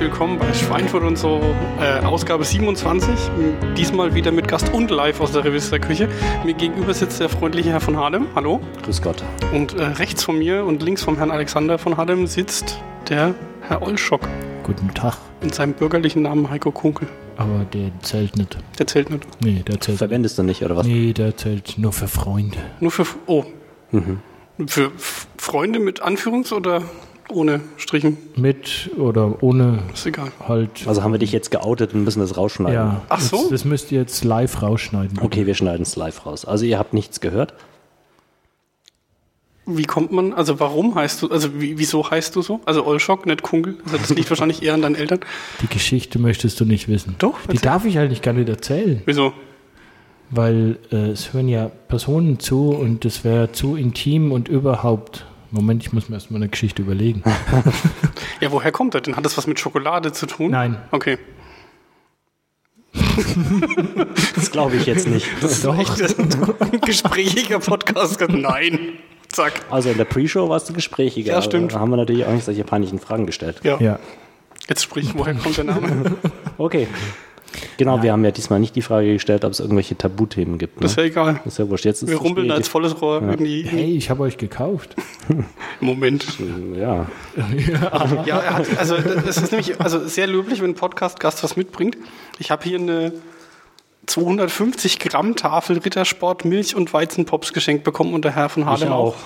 willkommen bei Schweinfurt und so, äh, Ausgabe 27. Diesmal wieder mit Gast und live aus der Revisterküche. Mir gegenüber sitzt der freundliche Herr von Hadem. Hallo. Grüß Gott. Und äh, rechts von mir und links vom Herrn Alexander von Hadem sitzt der Herr Olschock. Guten Tag. Mit seinem bürgerlichen Namen Heiko Kunkel. Aber der zählt nicht. Der zählt nicht. Nee, der zählt. Verwendest du nicht, oder was? Nee, der zählt nur für Freunde. Nur für. Oh. Für F- Freunde mit Anführungs- oder ohne Strichen? Mit oder ohne Ist egal. halt. Also haben wir dich jetzt geoutet und müssen das rausschneiden. ja. Ach so. Das, das müsst ihr jetzt live rausschneiden. Okay, wir schneiden es live raus. Also ihr habt nichts gehört. Wie kommt man, also warum heißt du, also wie, wieso heißt du so? Also Olschock, nicht Kunkel. Also das liegt wahrscheinlich eher an deinen Eltern. Die Geschichte möchtest du nicht wissen. Doch, Die darf ich eigentlich gar nicht erzählen, Wieso? weil äh, es hören ja Personen zu und das wäre zu intim und überhaupt. Moment, ich muss mir erstmal eine Geschichte überlegen. Ja, woher kommt er denn? Hat das was mit Schokolade zu tun? Nein. Okay. Das glaube ich jetzt nicht. Doch. Ein gesprächiger Podcast. Nein. Zack. Also in der Pre-Show warst du gesprächiger. Ja, stimmt. aber Da haben wir natürlich auch nicht solche panischen Fragen gestellt. Ja. Ja. Jetzt sprich, woher kommt der Name? Okay. Genau, wir haben ja diesmal nicht die Frage gestellt, ob es irgendwelche Tabuthemen gibt. Ne? Das ist ja egal. ist ja wurscht. Jetzt ist Wir das rumpeln Spiel- als volles Rohr irgendwie. Hey, ich habe euch gekauft. Moment. Ja. Ja, er hat, also es ist nämlich also sehr löblich, wenn ein Podcast-Gast was mitbringt. Ich habe hier eine 250 Gramm Tafel Rittersport Milch und Weizenpops geschenkt bekommen und der Herr von Harlem auch.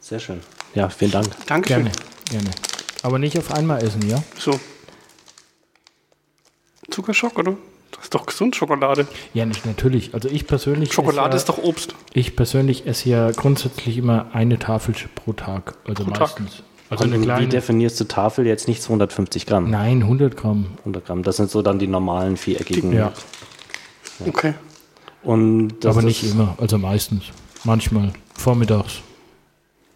Sehr schön. Ja, vielen Dank. Dankeschön. Gerne, gerne. Aber nicht auf einmal essen, ja? So. Zuckerschock, oder? Das ist doch gesund, Schokolade. Ja, nicht natürlich. Also ich persönlich. Schokolade esse ja- ist doch Obst. Ich persönlich esse ja grundsätzlich immer eine Tafel pro Tag. Also Pro Tag. meistens. Also eine Und wie kleine. definierst du Tafel jetzt nicht 250 Gramm? Nein, 100 Gramm. 100 Gramm. Das sind so dann die normalen viereckigen. Ja, Okay. Und das aber ist- nicht immer. Also meistens. Manchmal. Vormittags.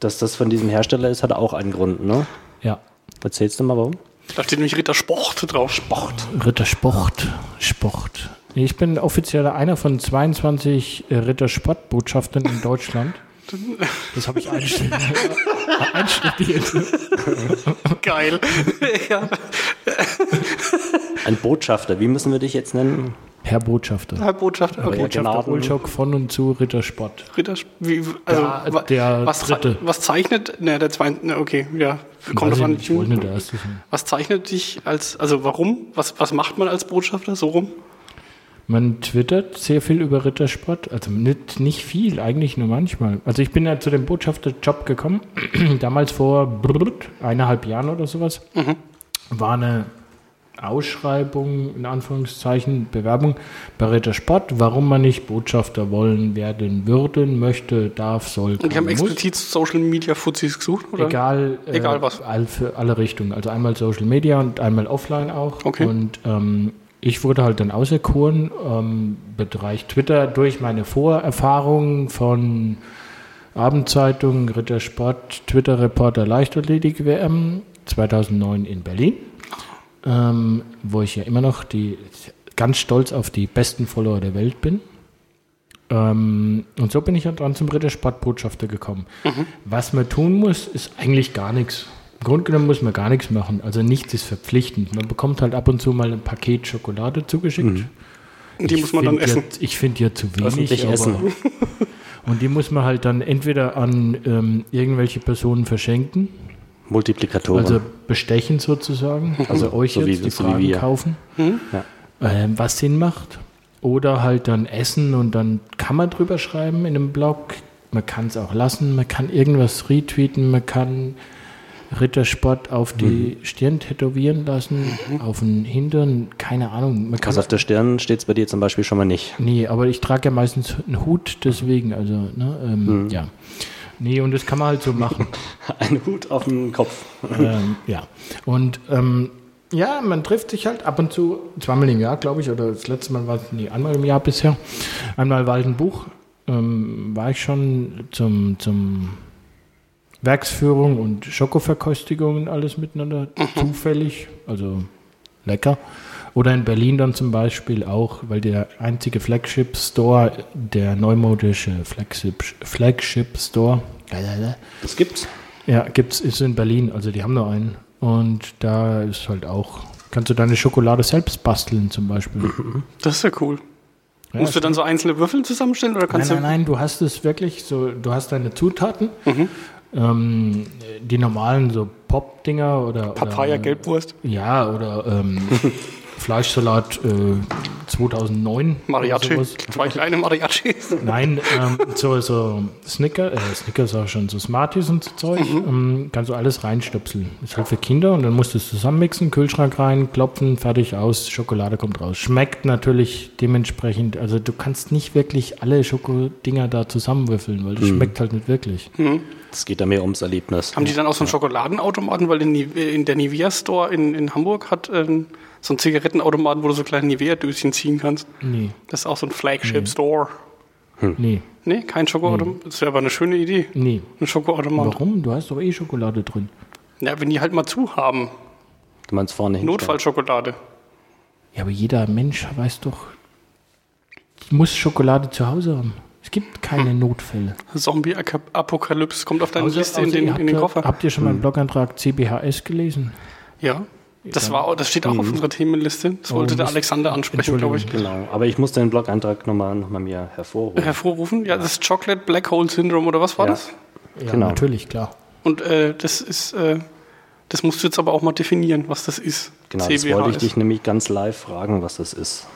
Dass das von diesem Hersteller ist, hat auch einen Grund, ne? Ja. Erzählst du mal warum? Da steht nämlich Rittersport drauf. Sport. Rittersport. Sport. Ich bin offiziell einer von 22 äh, Rittersportbotschaftern in Deutschland. Das habe ich einstudiert. einstudiert. Geil. ja. Ein Botschafter, wie müssen wir dich jetzt nennen? Herr Botschafter. Herr Botschafter. Okay. ja. Botschafter Gnaden. Ulschock von und zu Rittersport. Ritter, wie, also, Der- wa- der was, zei- Dritte. was zeichnet, ne, der zweite, ne, okay, ja, kommt drauf Weiß ich an. nicht, Also ich wollte nicht der Erste sein. Was zeichnet dich als, also warum, was, was macht man als Botschafter so rum? Man twittert sehr viel über Rittersport, also nicht, nicht viel, eigentlich nur manchmal. Also ich bin ja zu dem Botschafterjob gekommen, damals vor brrrt, eineinhalb Jahren oder sowas, Mhm. war eine Ausschreibung, in Anführungszeichen, Bewerbung bei Rittersport, warum man nicht Botschafter wollen, werden, würden, möchte, darf, soll, Und die haben kann, muss. explizit Social Media Fuzis gesucht, oder? Egal, äh, Egal was. all- für alle Richtungen. Also einmal Social Media und einmal offline auch. Okay. Und ähm, ich wurde halt dann auserkoren, ähm, Bereich Twitter, durch meine Vorerfahrungen von Abendzeitungen, Rittersport, Twitter-Reporter Leichtathletik-WM 2009 in Berlin, ähm, wo ich ja immer noch die, ganz stolz auf die besten Follower der Welt bin. Ähm, und so bin ich dann dran zum Rittersportbotschafter gekommen. Mhm. Was man tun muss, ist eigentlich gar nichts. Im Grunde genommen muss man gar nichts machen. Also nichts ist verpflichtend. Man bekommt halt ab und zu mal ein Paket Schokolade zugeschickt. Und die Ich muss man dann find essen. Ja, ich finde ja zu wenig. Mhm. Öffentlich essen. Und die muss man halt dann entweder an ähm, irgendwelche Personen verschenken, Multiplikatoren. also bestechen sozusagen, also euch so jetzt wie- die so wie Fragen wir. Hm? kaufen, Ja. ähm, was Sinn macht. Oder halt dann essen und dann kann man drüber schreiben in einem Blog. Man kann es auch lassen, man kann irgendwas retweeten, man kann Rittersport auf die Mhm. Stirn tätowieren lassen, auf den Hintern, keine Ahnung. Man kann also auf der Stirn steht es bei dir zum Beispiel schon mal nicht. Nee, aber ich trage ja meistens einen Hut, deswegen, also, ne, Mhm. ähm, ja. Nee, und das kann man halt so machen. Ein Hut auf dem Kopf. ähm, ja. Und, ähm, ja, man trifft sich halt ab und zu, zweimal im Jahr, glaube ich, oder das letzte Mal war es, nee, einmal im Jahr bisher. Einmal Waldenbuch, ähm, war ich schon zum, zum Werksführung und Schokoverköstigung und alles miteinander, zufällig, also lecker. Oder in Berlin dann zum Beispiel auch, weil der einzige Flagship Store, der neumodische Flagship, Flagship Store, Das gibt's. ja, gibt's, ist in Berlin, also die haben nur einen. Und da ist halt auch Kannst du deine Schokolade selbst basteln zum Beispiel? Mhm. Das ist ja cool. Ja, Musst du dann so einzelne Würfel zusammenstellen oder Nein, kannst nein, nein, du hast es wirklich so, du hast deine Zutaten, du Mhm. ähm, die normalen so Pop-Dinger oder. Papaya oder, Gelbwurst? Ja, oder ähm, Fleischsalat äh, 2009. oder Mariachi. sowas. Zwei kleine Mariachis. Nein, ähm, so, so Snicker, äh, Snickers auch schon, so Smarties und so Zeug. Ähm, kannst du alles reinstöpseln. Ist halt für Kinder und dann musst du es zusammenmixen, Kühlschrank rein, klopfen, fertig aus, Schokolade kommt raus. Schmeckt natürlich dementsprechend, also du kannst nicht wirklich alle Schokodinger da zusammenwürfeln, weil das schmeckt halt nicht wirklich. Es geht da mehr ums Erlebnis. Haben die dann auch so einen Schokoladenautomaten? Weil in, Ni- in der Nivea Store in, in Hamburg hat ähm, so einen Zigarettenautomaten, wo du so kleine Nivea-Döschen ziehen kannst. Nee, Das ist auch so ein Flagship-Store. nee, Nee, kein Schokoautomat. Das wäre aber eine schöne Idee. nee. Ein Schokoautomat. Warum? Du hast doch eh Schokolade drin. Ja, wenn die halt mal zu haben. Kann man es vorne hin. Notfallschokolade. Ja, aber jeder Mensch weiß doch, muss Schokolade zu Hause haben. Es gibt keine Notfälle. Zombie-Apokalypse kommt auf deine Außer- Liste in außer ihr den, habt in den ja- Koffer. Habt ihr schon mal einen Blogantrag CBHS gelesen? Ja. Das, war, auch- das steht auch auf unserer Themenliste. Das Oh, wollte der Mist. Alexander ansprechen, glaube ich. Genau, aber ich muss den Blog-Eintrag nochmal noch mal mir hervorrufen. Hervorrufen? Ja, das ist Chocolate Black Hole Syndrome oder was war Ja. das? Ja, Genau. natürlich, klar. Und äh, das ist, äh, das musst du jetzt aber auch mal definieren, was das ist. Genau, das wollte ich ist. dich nämlich ganz live fragen, was das ist.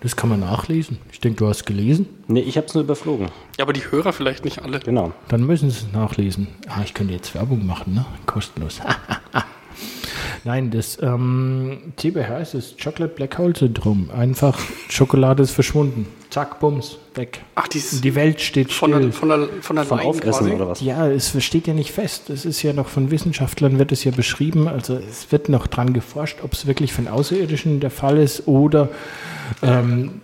Das kann man nachlesen. Ich denke, du hast gelesen. Nee, ich habe es nur überflogen. Ja, aber die Hörer vielleicht nicht alle. Genau. Dann müssen sie es nachlesen. Ah, ich könnte jetzt Werbung machen, ne? Kostenlos. Nein, das ähm, CBHS ist Chocolate Black Hole Syndrom. Einfach Schokolade ist verschwunden. Zack, Bums, weg. Ach, dieses Die Welt steht von still. der, von der, von der Von Line Aufessen quasi. oder was? Ja, es steht ja nicht fest. Es ist ja noch von Wissenschaftlern wird es ja beschrieben. Also es wird noch dran geforscht, ob es wirklich von Außerirdischen der Fall ist oder ähm,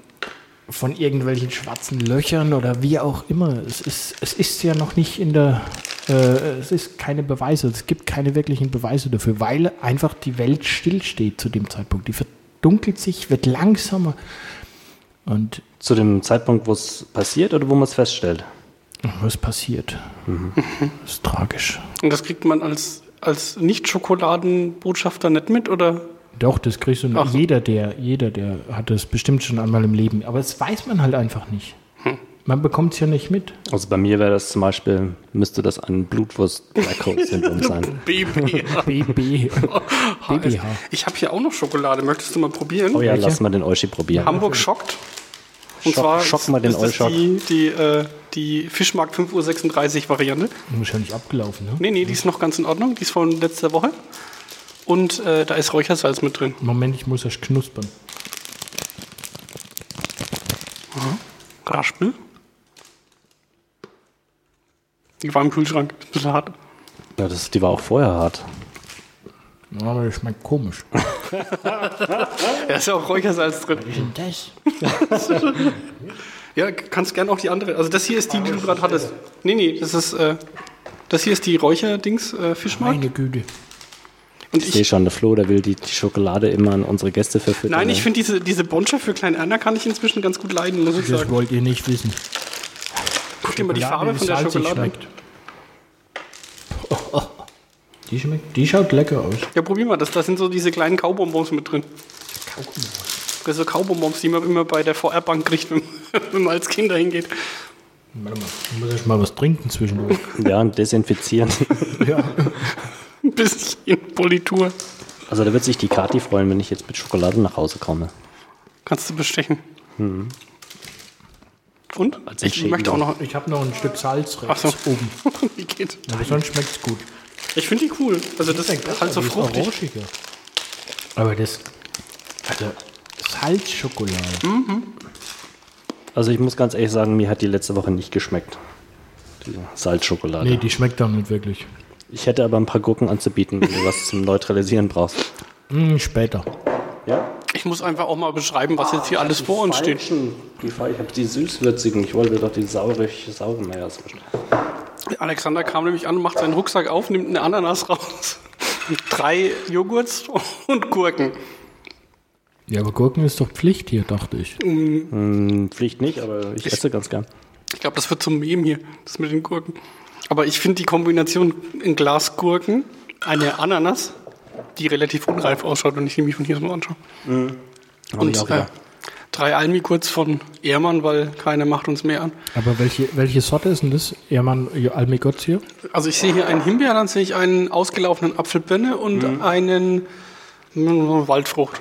von irgendwelchen schwarzen Löchern oder wie auch immer. Es ist, es ist ja noch nicht in der, äh, es ist keine Beweise. Es gibt keine wirklichen Beweise dafür, weil einfach die Welt stillsteht zu dem Zeitpunkt. Die verdunkelt sich, wird langsamer und Zu dem Zeitpunkt, wo es passiert oder wo man es feststellt? was passiert? Das ist tragisch. Und das kriegt man als, als Nicht-Schokoladenbotschafter nicht mit, oder? Doch, das kriegst du noch. Ach so. Jeder, der, jeder, der hat das bestimmt schon einmal im Leben. Aber das weiß man halt einfach nicht. Hm. Man bekommt es ja nicht mit. Also bei mir wäre das zum Beispiel, müsste das ein Blutwurst-Blackout-Syndrom sein. BB. BB. BBH. Ich habe hier auch noch Schokolade. Möchtest du mal probieren? Oh ja, Welche? lass mal den Olschi probieren. Hamburg schockt. Und Schock- zwar schock mal den ist das Eulschock. die, die, äh, die Fischmarkt 5.36 Uhr Variante. Wahrscheinlich abgelaufen, ne? Nee, nee, die Mhm. ist noch ganz in Ordnung. Die ist von letzter Woche. Und äh, da ist Räuchersalz mit drin. Moment, ich muss erst knuspern. Raspel. Die war im Kühlschrank. Ist ein bisschen hart. Ja, das, die war auch vorher hart. Ja, Aber das schmeckt komisch. Da ist ja auch Räuchersalz drin. das? Ja, kannst gerne auch die andere. Also das hier ist die, die du gerade hattest. Nee, nee, das ist. Äh, das hier ist die Räucherdings äh, Fischmarkt. Meine Güte. Und Ich sehe ich. schon, der Flo, der will die, die Schokolade immer an unsere Gäste verfüttern. Nein, ich finde diese, diese Bonsche für Klein Erna kann ich inzwischen ganz gut leiden, muss ich Das sagen. wollt ihr nicht wissen. Guck dir mal die Farbe von der salzig Schokolade. schmeckt. Die schmeckt, die schaut lecker aus. Ja, probier mal das. Da sind so diese kleinen Kaubonbons mit drin. Das sind so Kaubonbons, die man immer bei der VR-Bank kriegt, wenn man, wenn man als Kinder hingeht. Warte mal, ich muss erst mal was trinken zwischendurch. Ja, und desinfizieren. ja. Ein bisschen Politur. Also da wird sich die Kati freuen, wenn ich jetzt mit Schokolade nach Hause komme. Kannst du bestechen. Hm. Und? Als ich Entschädigung. möchte auch noch. Ich habe noch ein Stück Salz Ach rechts so. oben. Wie geht? Aber sonst schmeckt es gut. Ich finde die cool. Also das ist halt so Die ist fruchtig. orangiger. Aber das. Also, Salzschokolade. Hm? Also ich muss ganz ehrlich sagen, mir hat die letzte Woche nicht geschmeckt. Diese Salzschokolade. Nee, die schmeckt dann nicht wirklich. Ich hätte aber ein paar Gurken anzubieten, wenn du was zum Neutralisieren brauchst. Hm, später. Ja? Ich muss einfach auch mal beschreiben, was jetzt hier alles vor uns steht. Die, ich habe die süßwürzigen, ich wollte doch die saure, saure mehr Alexander kam nämlich an, macht seinen Rucksack auf, nimmt eine Ananas raus. Drei Joghurts und Gurken. Ja, aber Gurken ist doch Pflicht hier, dachte ich. Pflicht nicht, aber ich esse ganz gern. Ich glaube, das wird zum Mem hier, das mit den Gurken. Aber ich finde die Kombination ein Glas Gurken, eine Ananas die relativ unreif ausschaut, wenn ich die mich von hier so anschaue. Mhm. Und äh, drei Almi kurz von Ehrmann, weil keiner macht uns mehr an. Aber welche, welche Sorte ist denn das? Ehrmann Almigozio? Also ich sehe hier einen Himbeer, dann sehe ich einen ausgelaufenen Apfelbirne und einen mm, Waldfrucht.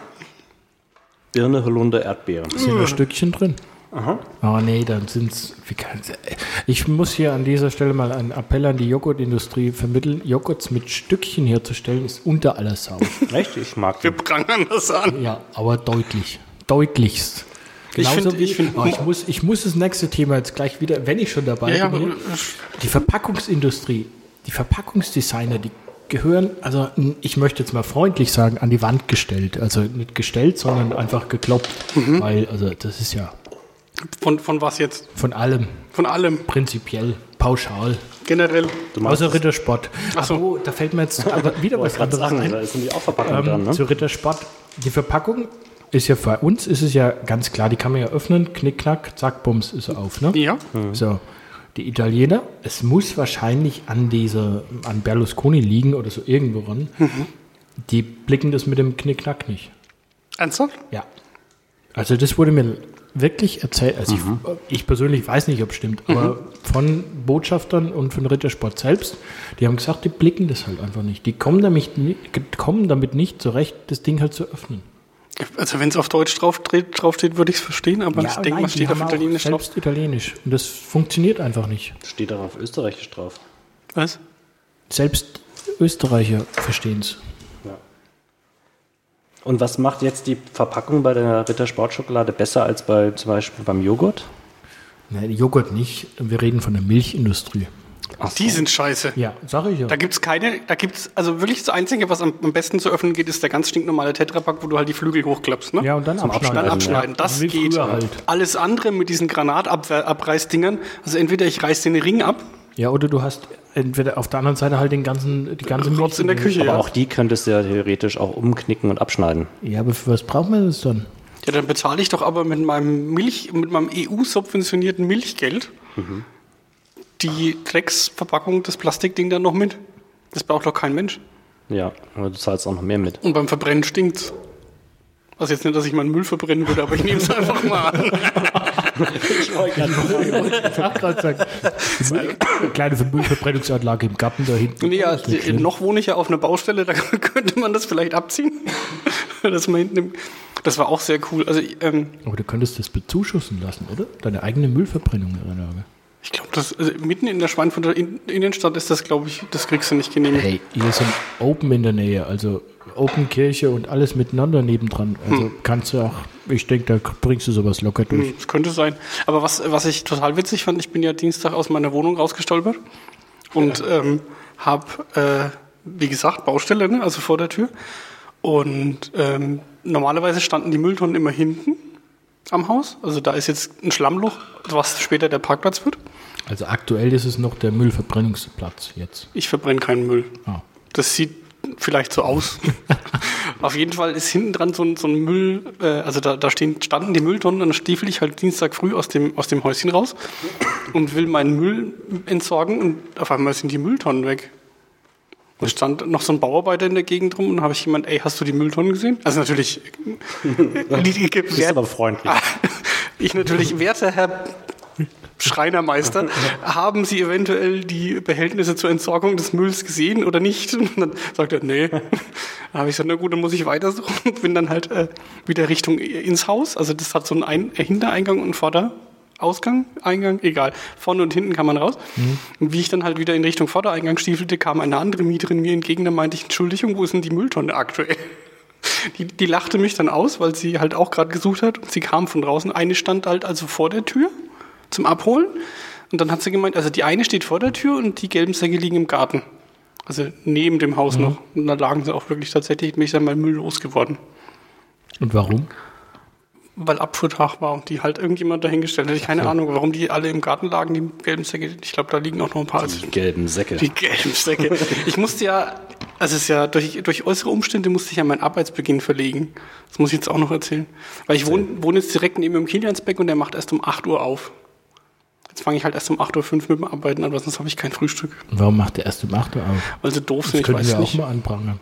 Birne, Holunder, Erdbeere. Sind Hm. da Stückchen drin? Aha. Oh nee, dann sind's. Wie kann's, ich muss hier an dieser Stelle mal einen Appell an die Joghurtindustrie vermitteln. Joghurts mit Stückchen herzustellen ist unter aller Sau. Echt? Ich mag Wir den. prangern das an. ja, aber deutlich. Deutlichst. Ich Genauso find- wie ich find- oh, ich, muss, ich muss das nächste Thema jetzt gleich wieder, wenn ich schon dabei Ja, ja, bin. Hier, die Verpackungsindustrie, die Verpackungsdesigner, die gehören, also ich möchte jetzt mal freundlich sagen, an die Wand gestellt. Also nicht gestellt, sondern einfach gekloppt. Mhm. Weil, also das ist ja Von, von was jetzt? von allem Von allem, prinzipiell, pauschal. generell. Du Außer Rittersport. Ach so. Apropos, da fällt mir jetzt aber wieder was was gerade anderes sagen, ein. da ist nämlich auch Verpackung Ähm, dran, ne? Zu Rittersport. Die Verpackung ist ja für uns ist es ja ganz klar, die kann man ja öffnen, knick, knack, zack, bums, ist er auf. Ne? Ja. Mhm. So. Die Italiener, es muss wahrscheinlich an diese, an Berlusconi liegen oder so irgendwo ran. Mhm. Die blicken das mit dem Knickknack nicht. Ernsthaft? Ja. Also das wurde mir wirklich erzählt. Also Mhm. ich, ich persönlich weiß nicht, ob es stimmt, aber von Botschaftern und von Rittersport selbst, die haben gesagt, die blicken das halt einfach nicht. Die kommen damit, ni- kommen damit nicht zurecht, das Ding halt zu öffnen. Also wenn es auf Deutsch drauf, draufsteht, würde ich es verstehen, aber ich denke, nein, man die steht auf haben auch Italienisch drauf. Selbst Italienisch. Und das funktioniert einfach nicht. Steht doch auf Österreichisch drauf. Was? Selbst Österreicher verstehen es. Und was macht jetzt die Verpackung bei der Rittersportschokolade besser als bei zum Beispiel beim Joghurt? Nein, Joghurt nicht. Wir reden von der Milchindustrie. Die sind scheiße. Ja, sag ich ja. Da gibt's keine, da gibt's, also wirklich das Einzige, was am, am besten zu öffnen geht, ist der ganz stinknormale Tetrapack, wo du halt die Flügel hochklappst, ne? Ja, und dann abschneiden. Dann Also, abschneiden, das Wie geht. früher halt. Alles andere mit diesen Granatabreißdingern, also entweder ich reiß den Ring ab, Ja, oder du hast entweder auf der anderen Seite halt den ganzen, die ganze Rotz in der Milch- Küche, Aber ja. auch die könntest du ja theoretisch auch umknicken und abschneiden. Ja, aber für was braucht man das dann? Ja, dann bezahle ich doch aber mit meinem Milch, mit meinem EU-subventionierten Milchgeld Mhm. die Drecksverpackung, das Plastikding dann noch mit. Das braucht doch kein Mensch. Ja, aber du zahlst auch noch mehr mit. Und beim Verbrennen stinkt's. Also jetzt nicht, dass ich meinen Müll verbrennen würde, aber ich nehme es einfach mal an. Ich hab grad gesagt, eine kleine Müllverbrennungsanlage im Garten da hinten. Nee, ja, noch wohne ich ja auf einer Baustelle, da könnte man das vielleicht abziehen. das, mal hinten im das war auch sehr cool. Also ähm, Aber du könntest das bezuschussen lassen, oder? Deine eigene Müllverbrennungsanlage. ich glaube, das also mitten in der Schweinfurter In- Innenstadt ist das, glaube ich, das kriegst du nicht genehmigt. Hey, hier sind Open in der Nähe, also Open Kirche und alles miteinander nebendran. Also kannst du auch, ich denke, da bringst du sowas locker durch. Hm, Es könnte sein. Aber was, was ich total witzig fand, ich bin ja Dienstag aus meiner Wohnung rausgestolpert und ähm, habe, äh, wie gesagt, Baustelle, ne? also vor der Tür. Und ähm, normalerweise standen die Mülltonnen immer hinten am Haus. Also da ist jetzt ein Schlammloch, was später der Parkplatz wird. Also aktuell ist es noch der Müllverbrennungsplatz jetzt. Ich verbrenne keinen Müll. Ah. Das sieht vielleicht so aus. Auf jeden Fall ist hinten dran so ein, so ein Müll, äh, also da, da stehen, standen die Mülltonnen und dann stiefel ich halt Dienstag früh aus dem, aus dem Häuschen raus und will meinen Müll entsorgen und auf einmal sind die Mülltonnen weg. Und stand noch so ein Bauarbeiter in der Gegend rum und habe ich jemand, ey, hast du die Mülltonnen gesehen? Also natürlich, die, die, Du bist aber freundlich. ich natürlich, werter Herr Schreinermeister, haben Sie eventuell die Behältnisse zur Entsorgung des Mülls gesehen oder nicht? Und dann sagt er, nee. Dann habe ich gesagt, na gut, dann muss ich weitersuchen und bin dann halt äh, wieder Richtung ins Haus. Also das hat so einen Ein Hintereingang und einen Vorderausgang, Eingang, egal. Vorne und hinten kann man raus. Und wie ich dann halt wieder in Richtung Vordereingang stiefelte, kam eine andere Mieterin mir entgegen. Da meinte ich, Entschuldigung, wo ist denn die Mülltonne aktuell? Die, die lachte mich dann aus, weil sie halt auch gerade gesucht hat. Und sie kam von draußen. Eine stand halt also vor der Tür zum Abholen. Und dann hat sie gemeint, also die eine steht vor der Tür und die gelben Säcke liegen im Garten. Also neben dem Haus noch. Und da lagen sie auch wirklich tatsächlich, bin ich dann mal Müll losgeworden. Und warum? Weil Abfuhrtag war und die halt irgendjemand dahingestellt hat. Ich keine Ahnung, warum die alle im Garten lagen, die gelben Säcke. Ich glaube, da liegen auch noch ein paar. als- Die gelben Säcke. die gelben Säcke. Ich musste ja, also es ist ja durch, durch äußere Umstände musste ich ja meinen Arbeitsbeginn verlegen. Das muss ich jetzt auch noch erzählen. Weil ich wohne, wohne jetzt direkt neben dem Kiliansbeck und der macht erst um 8 Uhr auf. Jetzt fange ich halt erst um 8.05 Uhr mit dem Arbeiten an, weil sonst habe ich kein Frühstück. Und warum macht er erst um 8 Uhr auf? Weil sie doof Das sind, ich können weiß wir auch nicht. mal anprangern.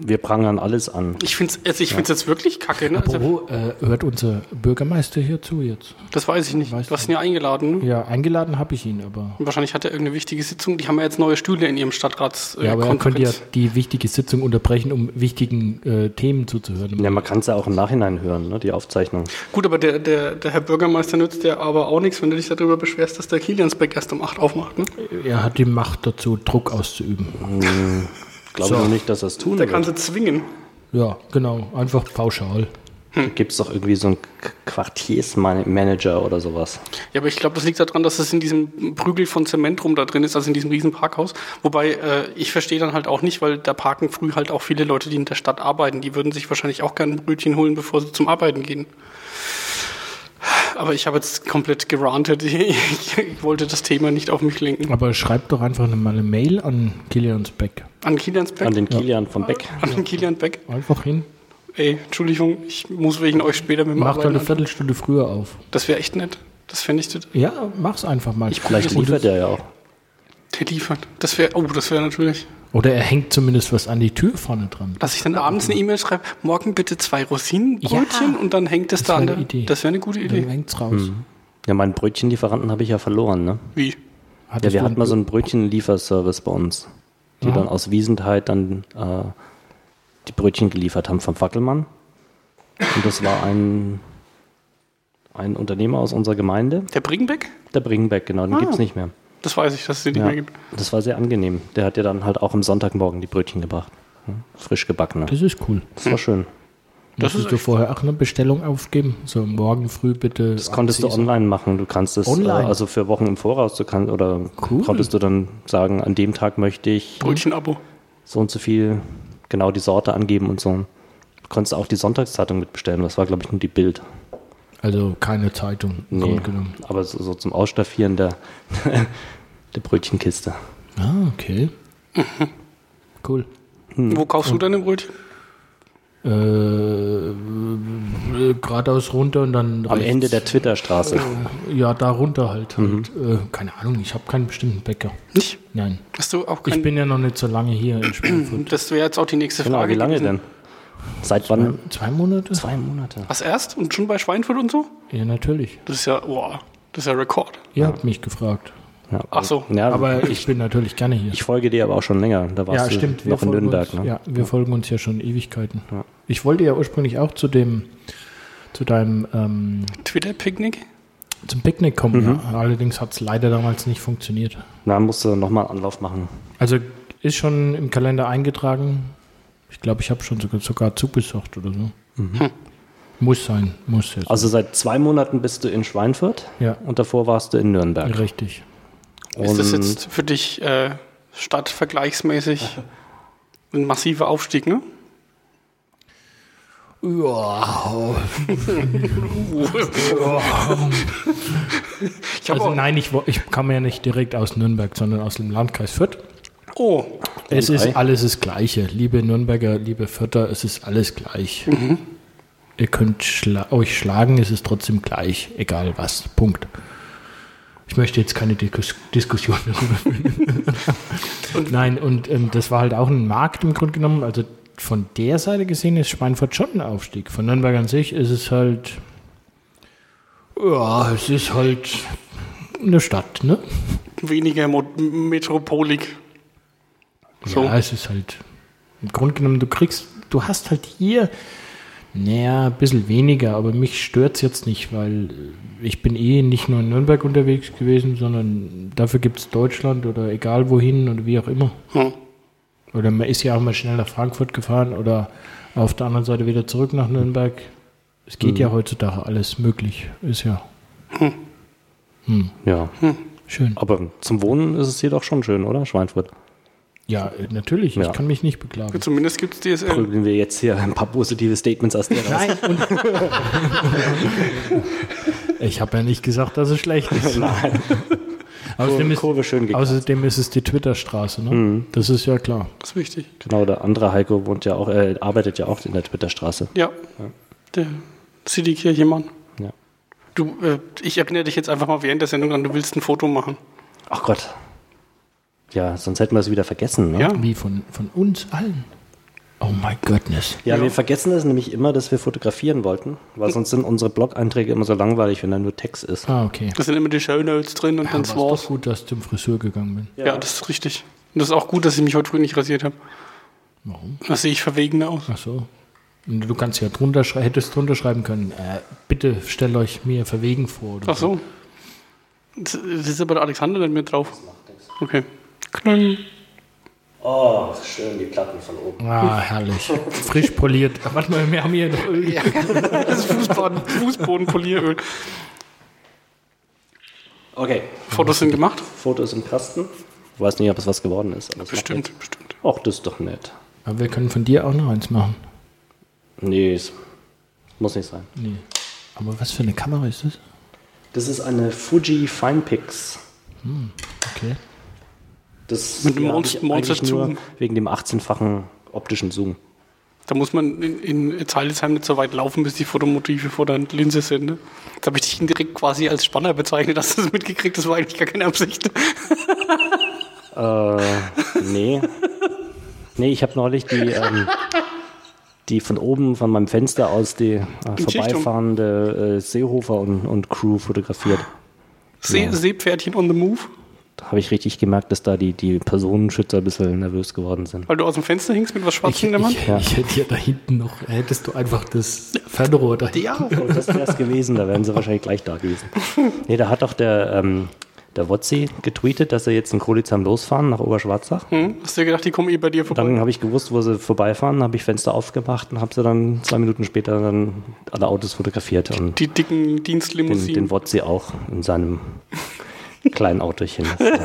Wir prangern alles an. Ich finde es also ich find's jetzt wirklich kacke. Ne? Also, Apropos, äh, hört unser Bürgermeister hier zu jetzt? das weiß ich nicht. Weiß du hast ihn ja eingeladen. Ne? Ja, eingeladen habe ich ihn, aber. Und Wahrscheinlich hat er irgendeine wichtige Sitzung. Die haben ja jetzt neue Stühle in ihrem Stadtrats. Äh, Ja, aber er könnte ja Konferenz. die wichtige Sitzung unterbrechen, um wichtigen äh, Themen zuzuhören. Ja, man kann es ja auch im Nachhinein hören, ne, die Aufzeichnung. Gut, aber der, der, der Herr Bürgermeister nützt ja aber auch nichts, wenn du dich darüber beschwerst, dass der Kiliansbeck erst um 8 aufmacht. Ne? Er hat die Macht dazu, Druck auszuüben. Glaube So. nur nicht, dass das tun Der kann wird. sie zwingen. Ja, genau. Einfach pauschal. Gibt es doch irgendwie so einen Qu- Quartiersmanager oder sowas. Ja, aber ich glaube, das liegt daran, dass es in diesem Prügel von Zement rum da drin ist, also in diesem riesen Parkhaus. Wobei, äh, ich verstehe dann halt auch nicht, weil da parken früh halt auch viele Leute, die in der Stadt arbeiten. Die würden sich wahrscheinlich auch gerne ein Brötchen holen, bevor sie zum Arbeiten gehen. Aber ich habe jetzt komplett gerantet. Ich, wollte das Thema nicht auf mich lenken. Aber schreibt doch einfach mal eine Mail an Kilians Beck. An Kilians Beck? An den Kilian von Beck. An den Kilian Beck? Einfach hin. Ey, Entschuldigung, ich muss wegen euch später mit dem Macht halt Arbeiten eine anfangen. Viertelstunde früher auf. Das wäre echt nett. Das fände ich, total- Ja, mach's einfach mal. Vielleicht Und- liefert er ja auch. der liefert. Das wäre, oh, das wäre natürlich. Oder er hängt zumindest was an die Türpfanne dran. Dass ich dann abends eine E-Mail schreibe, morgen bitte zwei Rosinenbrötchen und dann hängt es da wär an eine der. Idee. Das wäre eine gute Dann Hm. Idee. hängt's raus. Ja, meinen Brötchenlieferanten habe ich ja verloren, ne? Wie? Ja, Hattest wir du hatten mal so einen- einen Brötchenlieferservice bei uns, die dann aus Wiesentheit dann äh, die Brötchen geliefert haben vom Fackelmann. Und das war ein, ein Unternehmer aus unserer Gemeinde, Der Bringenbeck? der Bringenbeck, genau, den Ah. gibt's gibt es nicht mehr. Das weiß ich, dass es den nicht Ja, mehr gibt. das war sehr angenehm. Der hat ja dann halt auch am Sonntagmorgen die Brötchen gebracht. ne? Frisch gebackene. Das ist cool. Das war schön. Das Musstest ist du echt- vorher auch eine Bestellung aufgeben? So morgen früh bitte. Das konntest du online machen. Du kannst das Online? Äh, also für Wochen im Voraus. Du kannst oder Cool. konntest du dann sagen, an dem Tag möchte ich Brötchen-Abo. so und so viel genau die Sorte angeben und so. Du konntest auch die Sonntagszeitung mitbestellen. Das war glaube ich nur die Bild. Also keine Zeitung. im Grunde genommen. aber so, so zum Ausstaffieren der, der Brötchenkiste. Ah, okay. cool. Hm. Wo kaufst du deine Brötchen? Äh, äh, geradeaus runter und dann. Am rechts. Ende der Mhm. Twitterstraße. Oh. Ja, da runter halt. Und, äh, keine Ahnung, ich habe keinen bestimmten Bäcker. Nicht? Nein. Hast du auch Ich keinen? bin ja noch nicht so lange hier in Schweinfurt. Das wäre jetzt auch die nächste Genau, Frage. wie lange gewesen. denn? Seit wann? Zwei Monate? Zwei Monate. Was erst? Und schon bei Schweinfurt und so? Ja, natürlich. Das ist ja, wow, das ist ja Rekord. Ihr habt mich gefragt. Ja, Ach so. Ja, Aber ich bin natürlich gerne hier. ich folge dir aber auch schon länger. Da warst ja, du stimmt. noch in folgen Nürnberg. Uns, Ne? Ja, wir folgen uns ja schon Ewigkeiten. Ich wollte ja ursprünglich auch zu dem, zu deinem, ähm, Twitter-Picknick? zum Picknick kommen. Ja. Allerdings hat es leider damals nicht funktioniert. Na, musst du nochmal einen Anlauf machen. Also ist schon im Kalender eingetragen. Ich glaube, ich habe schon sogar, sogar zugesagt oder so. Muss sein, muss jetzt. Also seit zwei Monaten bist du in Schweinfurt ja, und davor warst du in Nürnberg. richtig. Ist das Und- jetzt für dich äh, stadtvergleichsmäßig ein massiver Aufstieg, ne? Ja. Ich habe Also auch. nein, ich, wo- ich kam ja nicht direkt aus Nürnberg, sondern aus dem Landkreis Fürth. Oh, Es Und ist Ei. alles das Gleiche. Liebe Nürnberger, liebe Fürther, es ist alles gleich. Ihr könnt schla euch schlagen, es ist trotzdem gleich, egal was. Punkt. Ich möchte jetzt keine Diskus Diskussion darüber führen. Nein, und ähm, das war halt auch ein Markt im Grunde genommen. Also von der Seite gesehen ist Schweinfurt schon ein Aufstieg. Von Nürnberg an sich ist es halt. Ja, es ist halt eine Stadt, ne? weniger Mo Metropolik. So. Ja, es ist halt im Grunde genommen, du kriegst, du hast halt hier, naja, ein bisschen weniger, aber mich stört es jetzt nicht, weil äh, ich bin eh nicht nur in Nürnberg unterwegs gewesen, sondern dafür gibt es Deutschland oder egal wohin oder wie auch immer. Hm. Oder man ist ja auch mal schnell nach Frankfurt gefahren oder auf der anderen Seite wieder zurück nach Nürnberg. Es geht ja heutzutage alles möglich, ist ja Ja, schön. aber zum Wohnen ist es jedoch schon schön, oder? Schweinfurt. Ja, äh, natürlich, Ja. ich kann mich nicht beklagen. Zumindest gibt es DSL. Prügeln wir jetzt hier ein paar positive Statements aus dir raus. Nein. Und ich habe ja nicht gesagt, dass es schlecht ist. Nein. Außerdem ist, Kurve schön gekriegt. außerdem ist es die Twitterstraße, ne? Mhm. Das ist ja klar. Das ist wichtig. Genau, der andere Heiko wohnt ja auch, äh, arbeitet ja auch in der Twitterstraße. Ja. Der City-Kirchemann. Ja. Du, äh, ich erinnere dich jetzt einfach mal während der Sendung an, du willst ein Foto machen. Ach Gott. Ja, sonst hätten wir es wieder vergessen, ne? Ja. Wie von, von uns allen. Oh, Oh my goodness. Ja, wir vergessen es nämlich immer, dass wir fotografieren wollten, weil sonst sind unsere Blog-Einträge immer so langweilig, wenn da nur Text ist. Ah, okay. Da sind immer die Shownotes drin und Dann dann war war's. doch gut, dass ich zum Friseur gegangen bin. Ja. das ist richtig. Und das ist auch gut, dass ich mich heute früh nicht rasiert habe. Warum? Da sehe ich verwegener aus. Ach so. Und Du kannst ja drunter schrei hättest drunter schreiben können, äh, bitte stellt euch mir verwegen vor. Oder Ach so. Das das ist aber der Alexander nicht mehr drauf. Okay. Knall. Oh, schön, die Platten von oben. Ah, herrlich. Frisch poliert. Ah, Warte mal, wir haben hier noch Öl. Das ist Fußboden, Fußbodenpolieröl. Okay, Fotos sind gemacht? Foto ist im Kasten. Ich weiß nicht, ob es was geworden ist. aber es macht Bestimmt, bestimmt. nichts. Ach, das ist doch nett. Aber wir können von dir auch noch eins machen. Nee, es muss nicht sein. Nee. Aber was für eine Kamera ist das? Das ist eine Fuji Finepix. Okay. Das Mit dem ja, hab Monst- ich Monster eigentlich nur Zoom. Wegen dem 18-fachen optischen Zoom. Da muss man in, in Zeilesheim nicht so weit laufen, bis die Fotomotive vor der Linse sind. Ne? Jetzt habe ich dich indirekt quasi als Spanner bezeichnet, dass du das mitgekriegt Das war eigentlich gar keine Absicht. Äh, nee. nee, ich habe neulich die, ähm, die von oben von meinem Fenster aus die äh, Schichtung. vorbeifahrende äh, Seehofer und, und Crew fotografiert. See, Ja. Seepferdchen on the move, Da habe ich richtig gemerkt, dass da die, die Personenschützer ein bisschen nervös geworden sind. weil du aus dem Fenster hingst mit was Ich, Schwarzem in der Hand. ich, ich hätte ja da hinten noch, hättest du einfach das Fernrohr da hinten. Ja, Und das wäre es gewesen, da wären sie wahrscheinlich gleich da gewesen. Nee, da hat doch der, ähm, der Wotzi getweetet, dass er jetzt in Kolizheim losfahren nach Oberschwarzach. hm? hast du dir gedacht, die kommen eh bei dir vorbei? Dann habe ich gewusst, wo sie vorbeifahren, habe ich Fenster aufgemacht und habe sie dann zwei Minuten später dann alle Autos fotografiert und Die dicken den, Dienstlimousinen. den Wotzi auch in seinem kleinen Autochen. das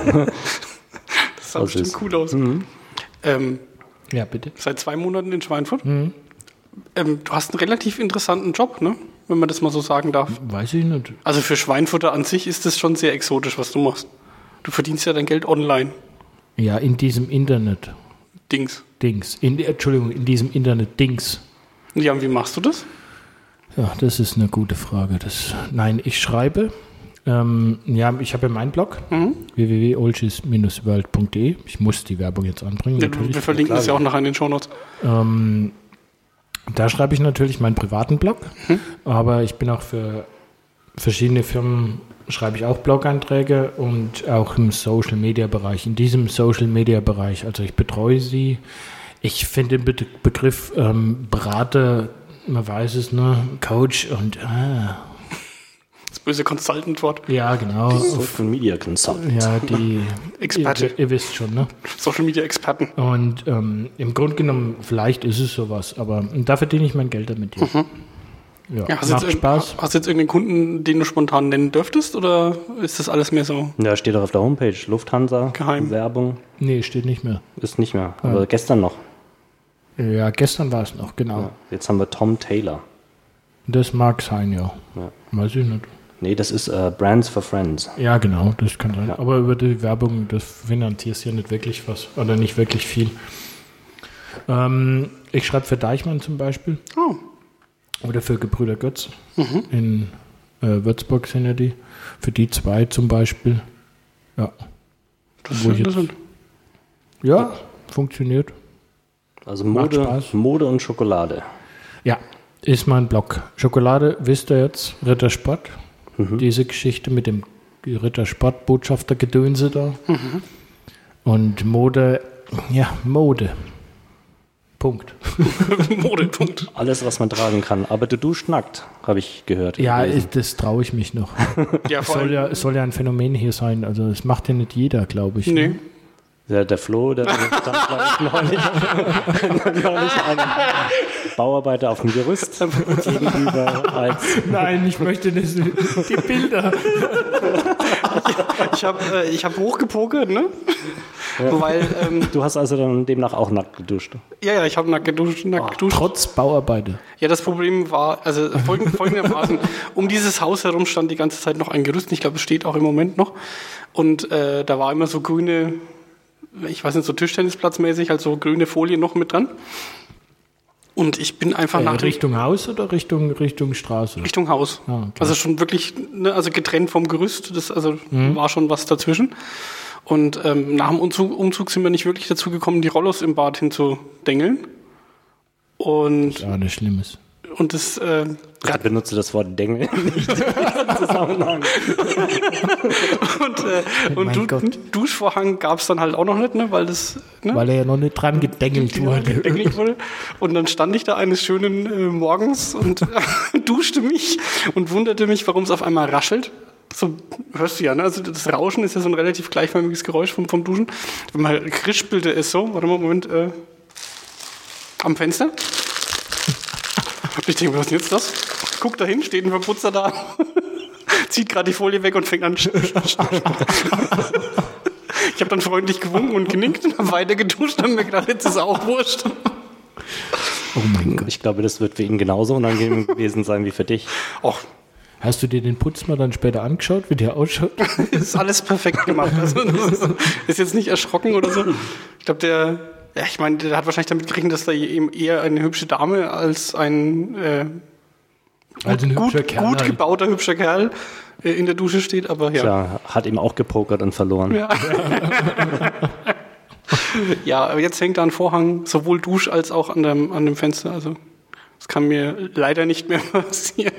sah Oh, bestimmt süß. cool aus. Ähm, Ja, bitte. seit zwei Monaten in Schweinfurt. Ähm, du hast einen relativ interessanten Job, ne? wenn man das mal so sagen darf. Weiß ich nicht. Also für Schweinfutter an sich ist das schon sehr exotisch, was du machst. Du verdienst ja dein Geld online. Ja, in diesem Internet. Dings. Dings. In, Entschuldigung, in diesem Internet Dings. Ja, und wie machst du das? Ja, das ist eine gute Frage. Das, nein, ich schreibe. Ähm, ja, ich habe ja meinen Blog, Mhm. www.olschis-world.de. Ich muss die Werbung jetzt anbringen. Ja, natürlich. wir verlinken das ja auch nachher in den Shownotes. Ähm, da schreibe ich natürlich meinen privaten Blog, aber ich bin auch für verschiedene Firmen, schreibe ich auch Blog-Einträge und auch im Social-Media-Bereich. In diesem Social-Media-Bereich, also ich betreue sie. Ich finde den Be Begriff ähm, Berater, man weiß es, ne? Coach und ah, Das böse Consultant-Wort. ja, genau. Social Media Consultant. Ja, die Experte. Ihr, ihr wisst schon, ne? Social-Media-Experten. Und ähm, im Grunde genommen, vielleicht ist es sowas, aber da verdiene ich mein Geld damit. Ja, ja, Ja, hast, du macht jetzt äh, Spaß. Spaß. hast du jetzt irgendeinen Kunden, den du spontan nennen dürftest? Oder ist das alles mehr so? Ja, steht doch auf der Homepage. Lufthansa, Geheim. Werbung Nee, steht nicht mehr. ist nicht mehr. Aber gestern noch. Ja, gestern war es noch, genau. Ja. Jetzt haben wir Tom Taylor. Das mag sein, ja. Ja. Weiß ich nicht. Nee, das ist äh, Brands for Friends. Ja, genau, das kann sein. Aber über die Werbung, das finanzierst du ja nicht wirklich was oder nicht wirklich viel. Ähm, ich schreibe für Deichmann zum Beispiel Oh, oder für Gebrüder Götz. In äh, Würzburg sind ja die. Für die zwei zum Beispiel. Ja. das ist Wo ich jetzt- interessant. Ja, funktioniert. Also Macht Mode, Spaß. Mode und Schokolade. Ja, ist mein Blog. Schokolade, wisst ihr jetzt, Rittersport. Diese Geschichte mit dem Rittersport-Botschafter-Gedönse da. Und Mode, ja, Mode. Punkt. Modepunkt. Alles, was man tragen kann. Aber du duscht nackt, habe ich gehört. Ja, Gelesen. ich, das traue ich mich noch. Ja, Es vor soll allem. ja, es soll ja ein Phänomen hier sein. Also, es macht ja nicht jeder, glaube ich. Nee. ne? der, der Flo, der stand glaub ich, neulich, neulich einem Bauarbeiter auf dem Gerüst gegenüber. Als, Nein, ich möchte das, die Bilder. Ich habe äh, ich hab hochgepokert, ne? Weil, ähm, du hast also dann demnach auch nackt geduscht. ja, ja, ich habe nackt geduscht. Oh, Nackt geduscht. Trotz Bauarbeiter. Ja, das Problem war, also folgend, folgendermaßen, um dieses Haus herum stand die ganze Zeit noch ein Gerüst, ich glaube, es steht auch im Moment noch. Und äh, da war immer so grüne, ich weiß nicht, so Tischtennisplatzmäßig, halt so grüne Folie noch mit dran. Und ich bin einfach Äh, nach dem- Richtung Haus oder Richtung, Richtung Straße? Richtung Haus. Ah, okay. Also schon wirklich, ne, also getrennt vom Gerüst, das also Mhm. war schon was dazwischen. Und ähm, nach dem Umzug, Umzug sind wir nicht wirklich dazu gekommen, die Rollos im Bad hinzudengeln. Und Ist auch nichts Schlimmes. Und das, äh, Ich benutze das Wort Dengel nicht in diesem Zusammenhang. und, äh, und mein du, Gott. Duschvorhang gab es dann halt auch noch nicht, ne? weil das ne? Weil er ja noch nicht dran gedengelt wurde. gedengelt wurde. Und dann stand ich da eines schönen äh, Morgens und duschte mich und wunderte mich, warum es auf einmal raschelt. So, hörst du ja, ne? Also das Rauschen ist ja so ein relativ gleichförmiges Geräusch vom, vom Duschen. Wenn man krispelte es so, warte mal, Moment, äh, am Fenster. Ich denke, was ist denn jetzt das? Guck da hin, steht ein Verputzer da, zieht gerade die Folie weg und fängt an. Ich habe dann freundlich gewunken und genickt und habe weiter geduscht und hab mir gedacht, jetzt ist auch wurscht. Oh mein Gott. Ich glaube, das wird für ihn genauso unangenehm gewesen sein wie für dich. Och, Hast du dir den Putz mal dann später angeschaut, wie der ausschaut? ist alles perfekt gemacht. Also, das ist, ist jetzt nicht erschrocken oder so. Ich glaube, der, ja, ich meine, der hat wahrscheinlich damit gerechnet, dass da eben eher eine hübsche Dame als ein, äh, Also ein gut, hübscher Kerl gut halt. gebauter hübscher Kerl äh, in der Dusche steht, aber ja. Tja, hat ihm auch gepokert und verloren. Ja. ja, aber jetzt hängt da ein Vorhang, sowohl Dusch als auch an dem, an dem Fenster. Also, das kann mir leider nicht mehr passieren,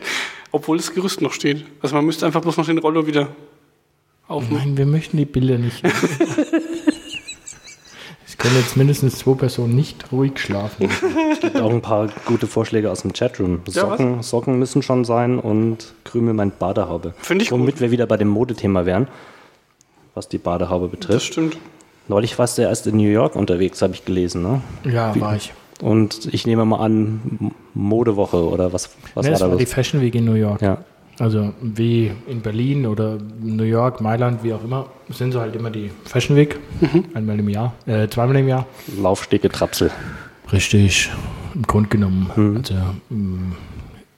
obwohl das Gerüst noch steht. Also, man müsste einfach bloß noch den Rollo wieder aufmachen. Nein, wir möchten die Bilder nicht. Es können jetzt mindestens zwei Personen nicht ruhig schlafen. Gibt auch ein paar gute Vorschläge aus dem Chatroom. Ja, was? Socken, Socken müssen schon sein und Krümel meint Badehaube. Finde ich gut. Womit wir wieder bei dem Modethema wären, was die Badehaube Das betrifft. stimmt. Neulich warst du ja erst in New York unterwegs, habe ich gelesen. Ne? Ja, war ich. Und ich nehme mal an, M- Modewoche oder was, was war nee, Ne, das da war die los? Fashion Week in New York. Ja. Also wie in Berlin oder New York, Mailand, wie auch immer, sind so halt immer die Fashion Week. Einmal im Jahr, äh, zweimal im Jahr. Laufsteggetrapsel. Richtig, im Grunde genommen. Also mm,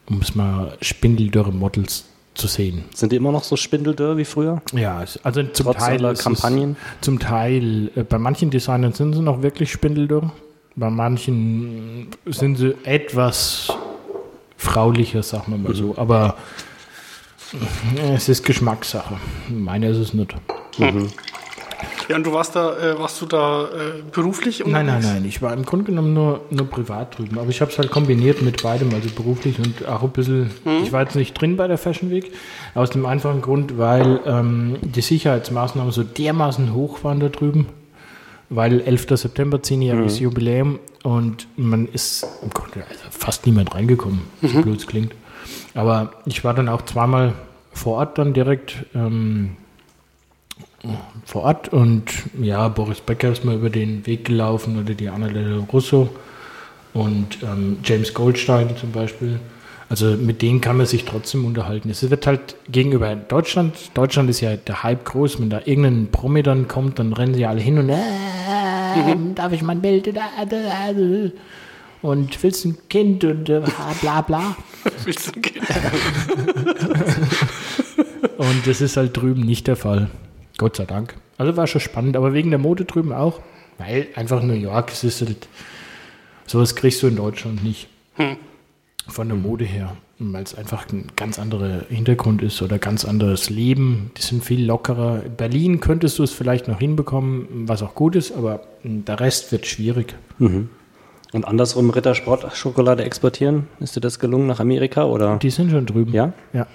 um es mal spindeldürre Models zu sehen. Sind die immer noch so spindeldürr wie früher? Ja, es- also zum Trotz Teil aller ist es- Kampagnen? Zum Teil, äh, bei manchen Designern sind sie noch wirklich spindeldürr, bei manchen sind sie etwas fraulicher, sagen wir mal so. Aber äh, es ist Geschmackssache. Meine ist es nicht. Ja, und du warst da, äh, warst du da äh, beruflich? Nein, nein, unterwegs? nein. Ich war im Grunde genommen nur, nur privat drüben. Aber ich habe es halt kombiniert mit beidem, also beruflich und auch ein bisschen. Ich war jetzt nicht drin bei der Fashion Week. Aus dem einfachen Grund, weil ähm, die Sicherheitsmaßnahmen so dermaßen hoch waren da drüben. Weil 11. September, 10-jähriges Jubiläum und man ist im Grunde also fast niemand reingekommen, so blöd es klingt. Aber ich war dann auch zweimal vor Ort dann direkt. Ähm, vor Ort und ja, Boris Becker ist mal über den Weg gelaufen oder die Annalena Russo und ähm, James Goldstein zum Beispiel. Also mit denen kann man sich trotzdem unterhalten. Es wird halt gegenüber Deutschland, Deutschland ist ja der Hype groß, wenn da irgendein Promi dann kommt, dann rennen sie alle hin und äh, darf ich mein Bild? Und willst du ein Kind und äh, bla bla. Willst du- Und das ist halt drüben nicht der Fall. Gott sei Dank. Also war schon spannend, aber wegen der Mode drüben auch. Weil einfach New York, es ist halt, sowas kriegst du in Deutschland nicht. Von der Mode her. Weil es einfach ein ganz anderer Hintergrund ist oder ganz anderes Leben. Die sind viel lockerer. In Berlin könntest du es vielleicht noch hinbekommen, was auch gut ist, aber der Rest wird schwierig. Und andersrum Rittersport-Schokolade exportieren? Ist dir das gelungen nach Amerika? Oder? Die sind schon drüben. Ja? Ja.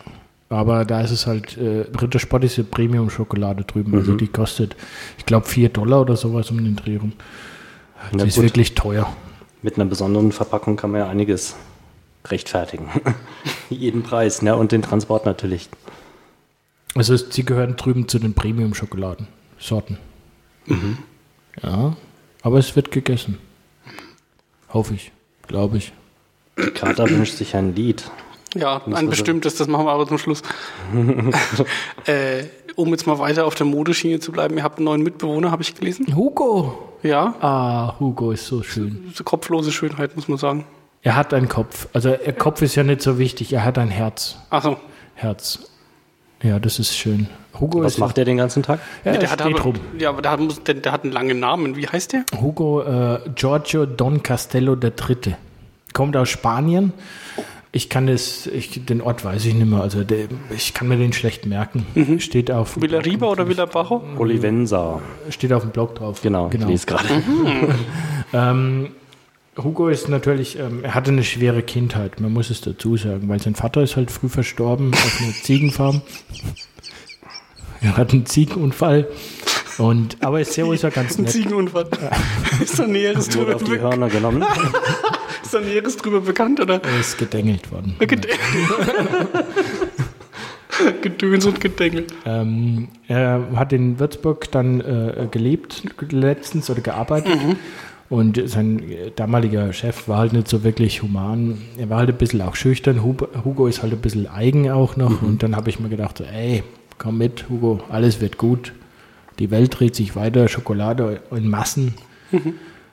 Aber da ist es halt, äh, Rittersport ist ja Premium-Schokolade drüben. Mhm. Also die kostet, ich glaube, 4 Dollar oder sowas um den Dreh rum. Die Na ist gut. wirklich teuer. Mit einer besonderen Verpackung kann man ja einiges rechtfertigen. Jeden Preis, ne? Und den Transport natürlich. Also es- sie gehören drüben zu den Premium-Schokoladensorten. Mhm. Ja. Aber es wird gegessen. Hoffe ich. Glaube ich. Kater wünscht sich ein Lied. Ja, ein man bestimmtes, das machen wir aber zum Schluss. äh, um jetzt mal weiter auf der Modeschiene zu bleiben, ihr habt einen neuen Mitbewohner, habe ich gelesen. Hugo! Ja, Ah, Hugo ist so schön. so kopflose Schönheit, muss man sagen. Er hat einen Kopf. Also der Kopf ist ja nicht so wichtig. Er hat ein Herz. Achso, Herz. Ja, das ist schön. Hugo Was ist macht er den ganzen Tag? Ja, der der hat steht aber, rum. Ja, aber der hat, muss- der, der hat einen langen Namen. Wie heißt der? Hugo äh, Giorgio Don Castello III. Kommt aus Spanien. Ich kann das, ich, den Ort weiß ich nicht mehr. Also der, ich kann mir den schlecht merken. Mhm. Steht auf Villa Riba oder Villa Bajo? Mhm. Olivenza. steht auf dem Blog drauf. Genau, genau. ich lese gerade. Ähm, Hugo ist natürlich, ähm, er hatte eine schwere Kindheit, man muss es dazu sagen, weil sein Vater ist halt früh verstorben auf einer Ziegenfarm. Er hat einen Ziegenunfall. Und, aber er ist sehr wohl ja ganz Ein nett. Ziegenunfall. Ist da Näheres Wurde drüber, auf die be Hörner genommen. ist da Näheres drüber bekannt oder Er ist gedengelt worden. Gedöns und Gedengel? Ähm, er hat in Würzburg dann äh, gelebt letztens oder gearbeitet. Und sein äh, damaliger Chef war halt nicht so wirklich human. Er war halt ein bisschen auch schüchtern. Hugo, Hugo ist halt ein bisschen eigen auch noch. Und dann habe ich mir gedacht, so, ey, komm mit, Hugo, alles wird gut. Die Welt dreht sich weiter, Schokolade in Massen.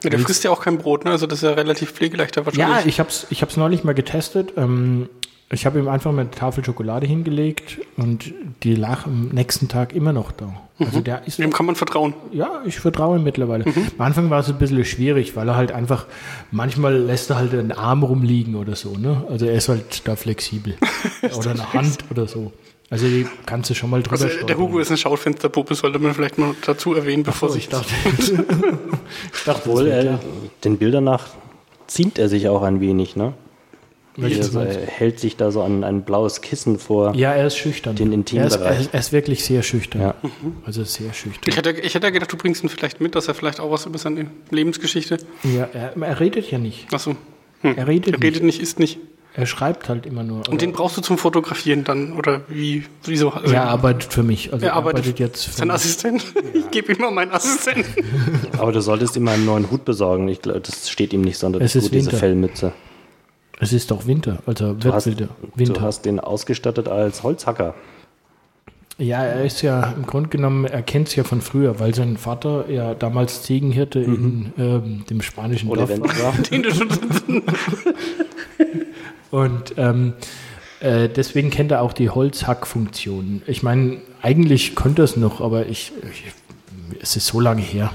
Ja, der frisst ja auch kein Brot, ne? Also das ist ja relativ pflegeleichter Ja, wahrscheinlich. ich hab's, ich hab's neulich mal getestet. Ähm, ich habe ihm einfach mal eine Tafel Schokolade hingelegt und die lag am nächsten Tag immer noch da. Also der ist Dem kann man vertrauen. ja, ich vertraue ihm mittlerweile. Mhm. Am Anfang war es ein bisschen schwierig, weil er halt einfach, manchmal lässt er halt einen Arm rumliegen oder so, ne? Also er ist halt da flexibel. oder eine Hand oder so. Also die kannst du schon mal drüber Also stolpern. der Hugo ist ein Schaufensterpuppe, sollte man vielleicht mal dazu erwähnen, bevor Oh, sich ich das. dachte, ich dachte Obwohl, das wär er, klar. äh, den Bildern nach ziemt er sich auch ein wenig, ne? Welches Also meinst er hält sich da so ein, ein blaues Kissen vor. Ja, er ist schüchtern. Den er, ist, er, Intimbereich. ist- er ist wirklich sehr schüchtern. Ja. Also sehr schüchtern. Ich hätte, ich hätte ja gedacht, du bringst ihn vielleicht mit, dass er vielleicht auch was über seine Lebensgeschichte. Ja, er, er redet ja nicht. Achso. Er redet, Er redet nicht, isst nicht. nicht. Er schreibt halt immer nur. Und den brauchst du zum Fotografieren dann, oder wie, wieso? Also, er arbeitet für mich. Also er arbeitet, jetzt für Sein mich. Assistent. Ich gebe ihm mal meinen Assistenten. Aber du solltest ihm einen neuen Hut besorgen. Ich glaube, das steht ihm nicht sonderlich Es ist gut, diese Winter. Fellmütze. Es ist doch Winter. Also Du wird hast, Winter. du hast den ausgestattet als Holzhacker. Ja, er ist ja im Grunde genommen, er kennt es ja von früher, weil sein Vater ja damals Ziegenhirte Mhm. in ähm, dem spanischen Dorf war. Oliventra. den du schon Und ähm, äh, deswegen kennt er auch die Holzhackfunktion. Ich meine, eigentlich könnte er es noch, aber ich, ich, es ist so lange her.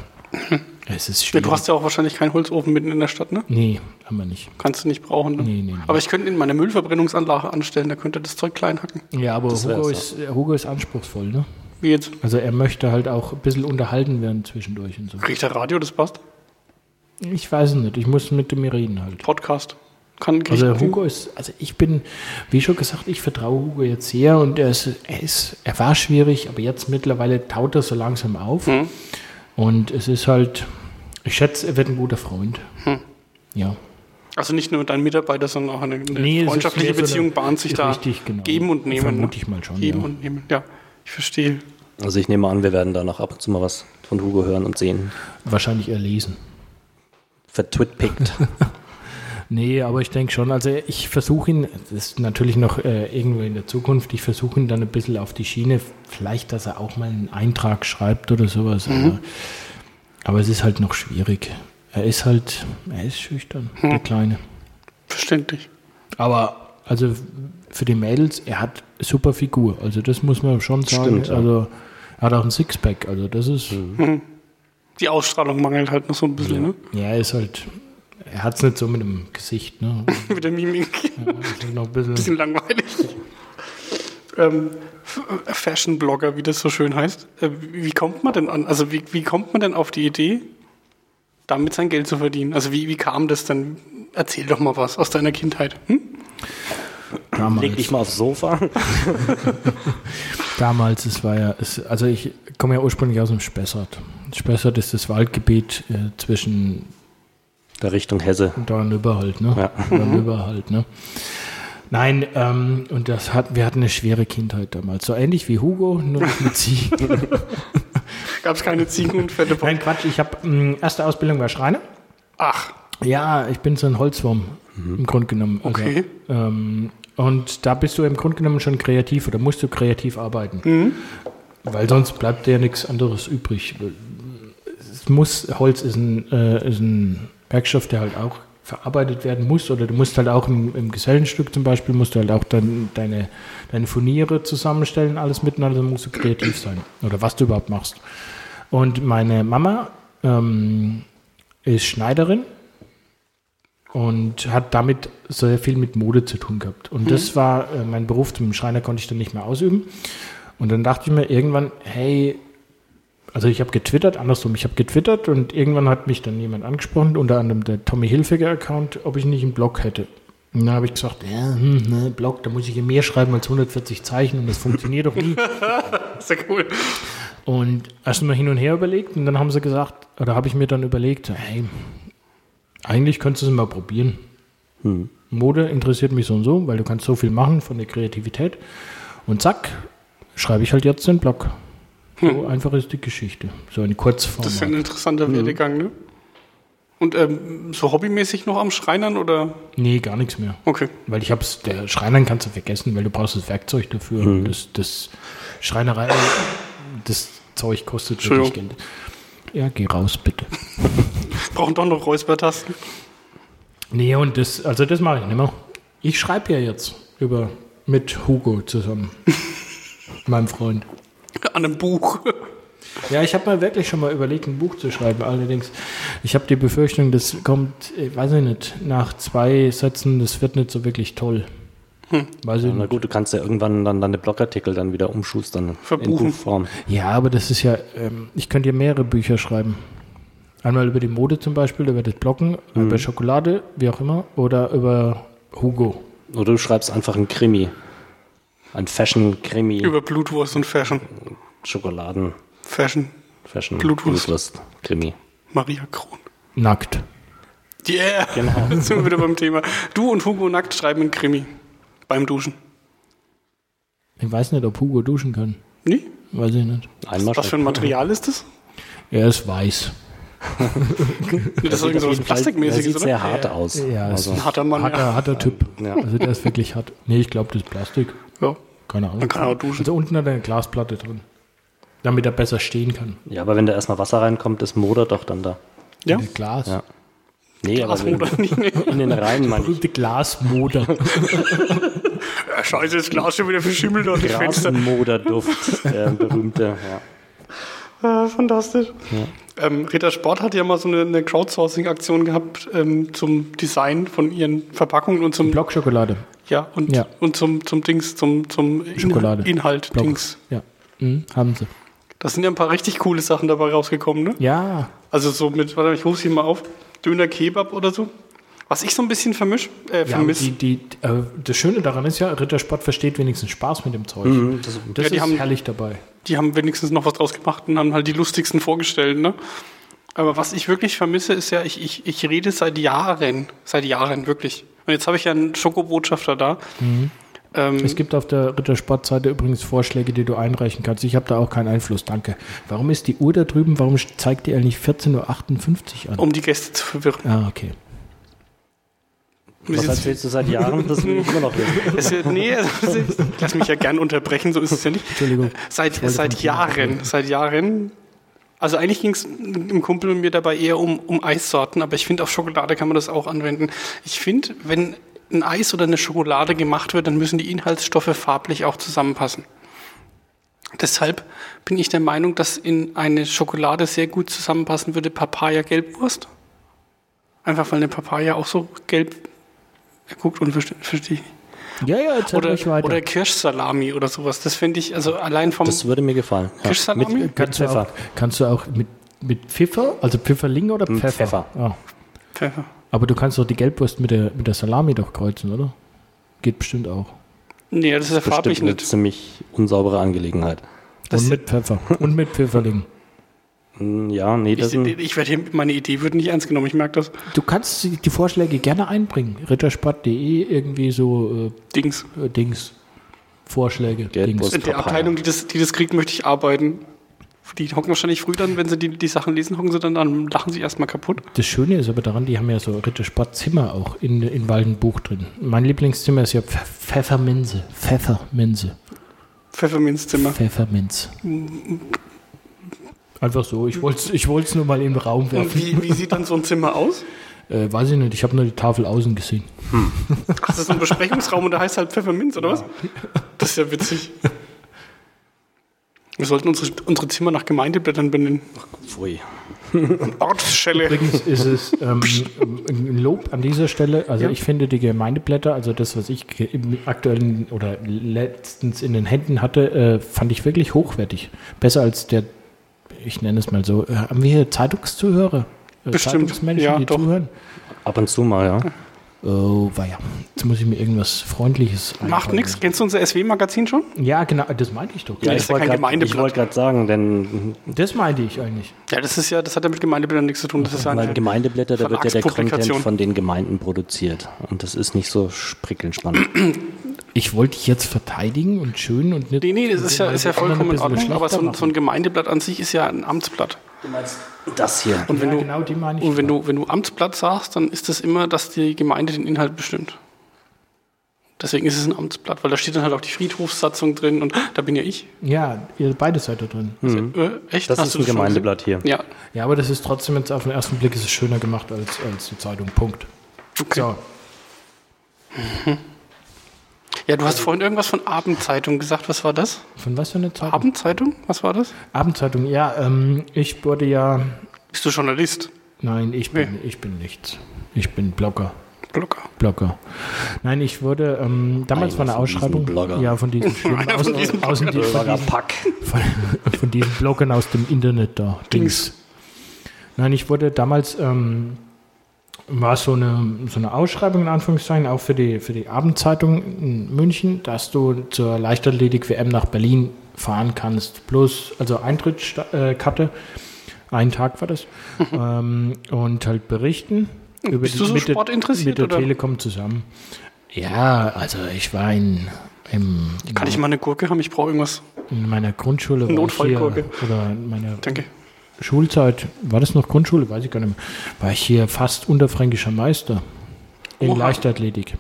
Es ist Ja, schwierig. du hast ja auch wahrscheinlich keinen Holzofen mitten in der Stadt, ne? nee, haben wir nicht. Kannst du nicht brauchen. Ne? Nee, nee, nee. Aber ich könnte ihn in meine Müllverbrennungsanlage anstellen, da könnte das Zeug klein hacken. Ja, aber Das Hugo wär's, ist, äh, Hugo ist anspruchsvoll, ne? Wie jetzt? Also er möchte halt auch ein bisschen unterhalten werden zwischendurch und so. Kriegt er Radio, das passt. Ich weiß es nicht, ich muss mit dem reden halt. Podcast. Kann kriegt- Also Hugo ist, also ich bin, wie schon gesagt, ich vertraue Hugo jetzt sehr und er ist, er ist, er war schwierig, aber jetzt mittlerweile taut er so langsam auf. Hm. Und es ist halt, ich schätze, er wird ein guter Freund. Ja. Also nicht nur dein Mitarbeiter, sondern auch eine, eine Nee, es ist freundschaftliche mehr so eine- Beziehung bahnt sich da. Richtig, genau. Geben und nehmen. Vermute ne? ich mal schon, Geben ja. und nehmen, ja. Ich verstehe. Also ich nehme an, wir werden da noch ab und zu mal was von Hugo hören und sehen. Wahrscheinlich erlesen. Vertwitpickt. Nee, aber ich denke schon, also ich versuche ihn, das ist natürlich noch äh, irgendwo in der Zukunft, ich versuche ihn dann ein bisschen auf die Schiene, vielleicht, dass er auch mal einen Eintrag schreibt oder sowas. Mhm. Aber, aber es ist halt noch schwierig. Er ist halt, er ist schüchtern, der Mhm. Kleine. Verständlich. Aber also f- für die Mädels, er hat super Figur, also das muss man schon sagen. Stimmt, ja. Mhm. Also er hat auch ein Sixpack, also das ist, Die Ausstrahlung mangelt halt noch so ein bisschen, ne? ja, er ist halt, er hat es nicht so mit dem Gesicht, ne? Mit der Mimik. Ein Er ist halt noch ein bisschen, bisschen langweilig. Ähm, F- Fashion-Blogger, wie das so schön heißt. Äh, wie wie kommt man denn an? Also wie, wie kommt man denn auf die Idee, damit sein Geld zu verdienen? Also wie, wie kam das denn? Erzähl doch mal was aus deiner Kindheit. Hm? Leg dich mal aufs Sofa. Damals, es war ja, es, also ich komme ja ursprünglich aus dem Spessart. Spessart ist das Waldgebiet äh, zwischen Da Richtung Hm. Hesse. Dornüber halt, ne? Ja. Dornüber halt, ne? Nein, ähm, und das hat, wir hatten eine schwere Kindheit damals. So ähnlich wie Hugo, nur nicht mit Ziegen. Gab es keine Ziegen und fette Bo Nein, Quatsch, ich habe erste Ausbildung war Schreiner. Ach, Ja, ich bin so ein Holzwurm im Grunde genommen. Also, Okay. ähm, und da bist du im Grunde genommen schon kreativ oder musst du kreativ arbeiten. Weil sonst bleibt dir ja nichts anderes übrig. Es muss, Holz ist ein, äh, ist ein Werkstoff, der halt auch verarbeitet werden muss. Oder du musst halt auch im, im Gesellenstück zum Beispiel, musst du halt auch dein, deine, deine Furniere zusammenstellen, alles miteinander, dann musst du kreativ sein. Oder was du überhaupt machst. Und meine Mama ähm, ist Schneiderin und hat damit sehr viel mit Mode zu tun gehabt. Und das war äh, mein Beruf, zum Schreiner konnte ich dann nicht mehr ausüben. Und dann dachte ich mir irgendwann, hey, also ich habe getwittert, andersrum, ich habe getwittert und irgendwann hat mich dann jemand angesprochen, unter anderem der Tommy Hilfiger-Account, ob ich nicht einen Blog hätte. Und da habe ich gesagt, ja, hm, ne, Blog, da muss ich ja mehr schreiben als 140 Zeichen und das funktioniert doch nie. Sehr cool. Und erstmal hin und her überlegt und dann haben sie gesagt, oder habe ich mir dann überlegt, hey, eigentlich könntest du es mal probieren. Hm. Mode interessiert mich so und so, weil du kannst so viel machen von der Kreativität. Und zack, schreibe ich halt jetzt den Blog. So einfach ist die Geschichte. So eine Kurzform. Hm. Das ist ja ein interessanter Werdegang, ne? Und ähm, so hobbymäßig noch am Schreinern oder? Nee, gar nichts mehr. Okay. Weil ich hab's, der Schreinern kannst du vergessen, weil du brauchst das Werkzeug dafür. Hm. Das, das Schreinerei, das Zeug kostet wirklich Entschuldigung. Geld. Ja, geh raus, bitte. Brauchen doch noch Räuspertasten. Nee, und das, also das mache ich nicht mehr. Ich schreibe ja jetzt über mit Hugo zusammen. meinem Freund. An einem Buch. Ja, ich habe mal wirklich schon mal überlegt, ein Buch zu schreiben. Allerdings, ich habe die Befürchtung, das kommt, äh, weiß ich nicht, nach zwei Sätzen, das wird nicht so wirklich toll. Weiß ich Na nicht. gut, du kannst ja irgendwann dann deine Blogartikel dann wieder umschustern. In Verbuchen. Buchform. Ja, aber das ist ja, ähm, ich könnte ja mehrere Bücher schreiben. Einmal über die Mode zum Beispiel, über das Blocken, über Schokolade, wie auch immer, oder über Hugo. Oder du schreibst einfach ein Krimi. Ein Fashion-Krimi. Über Blutwurst und Fashion. Schokoladen. Fashion. Fashion. Blutwurst. Blutwurst. Krimi. Maria Kron. Nackt. Yeah. Genau. Jetzt sind wir wieder beim Thema. Du und Hugo nackt schreiben in Krimi. Beim Duschen. Ich weiß nicht, ob Hugo duschen kann. Nee? Weiß ich nicht. Einmal Was für ein Material ist das? Er ist weiß. Nee, das ist irgendwie so was sieht Plastikmäßiges, sehr oder? hart aus. Ja, es also, ist- Harter Mann. ja. Harter, harter Typ. Ja. Also der ist wirklich hart. Nee, ich glaube, das ist Plastik. Ja. Keine Ahnung. Man kann auch duschen. Also unten hat er eine Glasplatte drin, damit er besser stehen kann. ja, aber wenn da erstmal Wasser reinkommt, ist Moder doch dann da. Ja? Mit Glas. Ja. Nee, Was, aber wenn- oder nicht? Nee. in den Rhein meine ich. Berühmte Glasmoder. Ja, Scheiße, das Glas schon wieder verschimmelt durch das Fenster. Rasenmoderduft, der berühmte. Ja. Ah, fantastisch. Ähm, Ritter Sport hat ja mal so eine, eine Crowdsourcing-Aktion gehabt ähm, zum Design von ihren Verpackungen und zum Blockschokolade. ja und, Ja. und zum, zum Dings, zum, zum Inhal- Schokolade. Inhalt Block. Dings. Ja. Mhm, haben sie. Da sind ja ein paar richtig coole Sachen dabei rausgekommen, ne? Ja. Also so mit, warte, ich rufe sie mal auf, Döner Kebab oder so. Was ich so ein bisschen vermisch, äh, ja vermiss. die, die, äh, das Schöne daran ist ja, Rittersport versteht wenigstens Spaß mit dem Zeug. Das ist Das Mhm. Ja, die ist haben- Mhm. herrlich dabei. die haben wenigstens noch was draus gemacht und haben halt die lustigsten vorgestellt, ne? Aber was ich wirklich vermisse, ist ja, ich, ich, ich rede seit Jahren, seit Jahren, wirklich. Und jetzt habe ich ja einen Schokobotschafter da. Ähm, Mhm. Es gibt auf der Rittersport-Seite übrigens Vorschläge, die du einreichen kannst. Ich habe da auch keinen Einfluss, danke. Warum ist die Uhr da drüben? Warum zeigt die eigentlich 14.58 Uhr an? um die Gäste zu verwirren. Ah, okay. Was Ist jetzt, erzählst du seit Jahren? Das will ich immer noch wissen. ist, jetzt- nee, also, es ist- ich lass mich ja gern unterbrechen, so ist es ja nicht. Entschuldigung. Seit, wollte seit von dir Jahren, seit Jahren. Also eigentlich ging es im Kumpel und mir dabei eher um, um Eissorten, aber ich finde, auf Schokolade kann man das auch anwenden. Ich finde, wenn ein Eis oder eine Schokolade gemacht wird, dann müssen die Inhaltsstoffe farblich auch zusammenpassen. Deshalb bin ich der Meinung, dass in eine Schokolade sehr gut zusammenpassen würde Papaya-Gelbwurst. Einfach weil eine Papaya auch so gelb er guckt und verste- verstehe. Ja, ja, erzähl Oder, ruhig weiter. oder Kirschsalami oder sowas. Das finde ich, also allein vom. Das würde mir gefallen. Fischsalami? Mit, mit kannst, du Pfeffer. auch, kannst du auch mit, mit Pfeffer, also Pfifferling oder Mit Pfeffer? Pfeffer. Ah. Pfeffer. Aber du kannst doch die Gelbwurst mit der, mit der Salami doch kreuzen, oder? Geht bestimmt auch. Nee, das ist ja Bestimmt farblich eine nicht. ziemlich unsaubere Angelegenheit. Das- Und mit Pfeffer. Und mit Pfifferling. Hm, Ja, nee, das Ich, ist ein, ich werde hier, meine Idee wird nicht ernst genommen, ich merke das. Du kannst die die Vorschläge gerne einbringen. Rittersport.de, irgendwie so Dings. äh, äh, Dings. Vorschläge. Gelbwurst. Dings. In der Papaya. Abteilung, die das, die das kriegt, möchte ich arbeiten. Die hocken wahrscheinlich früh dann, wenn sie die, die Sachen lesen, hocken sie dann an, lachen sie erstmal kaputt. Das Schöne ist aber daran, die haben ja so Rittersport-Zimmer auch in, in Waldenbuch drin. Mein Lieblingszimmer ist ja Pfe- Pfefferminze. Pfefferminze. Pfefferminzzimmer. Pfefferminz. Einfach so, ich wollte es ich wollt's nur mal in den Raum Und werfen. wie, wie sieht dann so ein Zimmer aus? Äh, weiß ich nicht, ich habe nur die Tafel außen gesehen. Ach, das ist ein Besprechungsraum und da heißt halt Pfefferminz, oder was? Das ist ja witzig. Wir sollten unsere, unsere Zimmer nach Gemeindeblättern benennen. Pfui. Ortsschelle. Übrigens ist es ähm, ein Lob an dieser Stelle. Also ich finde die Gemeindeblätter, also das, was ich ge- im aktuellen oder letztens in den Händen hatte, äh, fand ich wirklich hochwertig. Besser als der ich nenne es mal so, äh, haben wir hier Zeitungszuhörer? Äh, Bestimmt, Zeitungsmenschen, ja, die doch. zuhören? Ab und zu mal, ja. Oh, ja. Jetzt muss ich mir irgendwas Freundliches Macht einfallen nichts. Kennst du unser SW-Magazin schon? lassen. Ja, genau, das meinte ich doch. Ja, ist ja kein gerade Gemeindeblatt. ich wollt grad sagen, denn Das meinte ich eigentlich. Ja, das ist ja, das hat ja mit Gemeindebildern nichts zu tun. Das ist ja bei eine, Gemeindeblätter, da wird ja der Content Verlagspublikation. von den Gemeinden produziert. Und das ist nicht so prickelnd spannend. Ich wollte dich jetzt verteidigen und schön und nicht. nee, nee, das ist ja, ist ja vollkommen in Ein bisschen Ordnung. Aber so, ein- schlechter so ein Gemeindeblatt an sich ist ja ein Amtsblatt. Du meinst das hier. Und wenn, Ja, du, genau, die meine ich. und wenn, du, wenn du Amtsblatt sagst, dann ist das immer, dass die Gemeinde den Inhalt bestimmt. Deswegen ist es ein Amtsblatt, weil da steht dann halt auch die Friedhofssatzung drin und "Ah, da bin ja ich. ja, ihr beide seid da drin. Äh, echt? Das Hast ist du ein schon Gemeindeblatt hier. gesehen? Ja. Ja, aber das ist trotzdem jetzt auf den ersten Blick ist es schöner gemacht als, als die Zeitung. Punkt. Okay. So, Ja, du hast vorhin irgendwas von Abendzeitung gesagt. Was war das? von was für eine Zeitung? Abendzeitung? Was war das? Abendzeitung, ja. Ähm, ich wurde ja. Bist du Journalist? Nein, ich bin, ich bin nichts. Ich bin Blogger. Blogger. Blogger. Nein, ich wurde ähm, damals Einer von der von diesen Ausschreibung. Blogger. Ja, von diesen schlimmen Einer von Aus- diesen Außen- von diesen- Pack. von, von diesen Bloggern aus dem Internet da. Dings. Dings. Nein, ich wurde damals, ähm, war so eine, so eine Ausschreibung in Anführungszeichen, auch für die, für die Abendzeitung in München, dass du zur Leichtathletik-WM nach Berlin fahren kannst. Plus, also Eintrittskarte, einen Tag war das. ähm, und halt berichten. Über Mhm. Hm, Bist du so mit der- sportinteressiert, Mit der oder? Telekom zusammen. Ja, also ich war in, im, Kann ich mal eine Gurke haben? Ich brauche irgendwas. in meiner Grundschule war ich hier, Notfallgurke. oder in meiner Danke. Schulzeit, war das noch Grundschule, weiß ich gar nicht mehr, war ich hier fast unterfränkischer Meister in Oha. Leichtathletik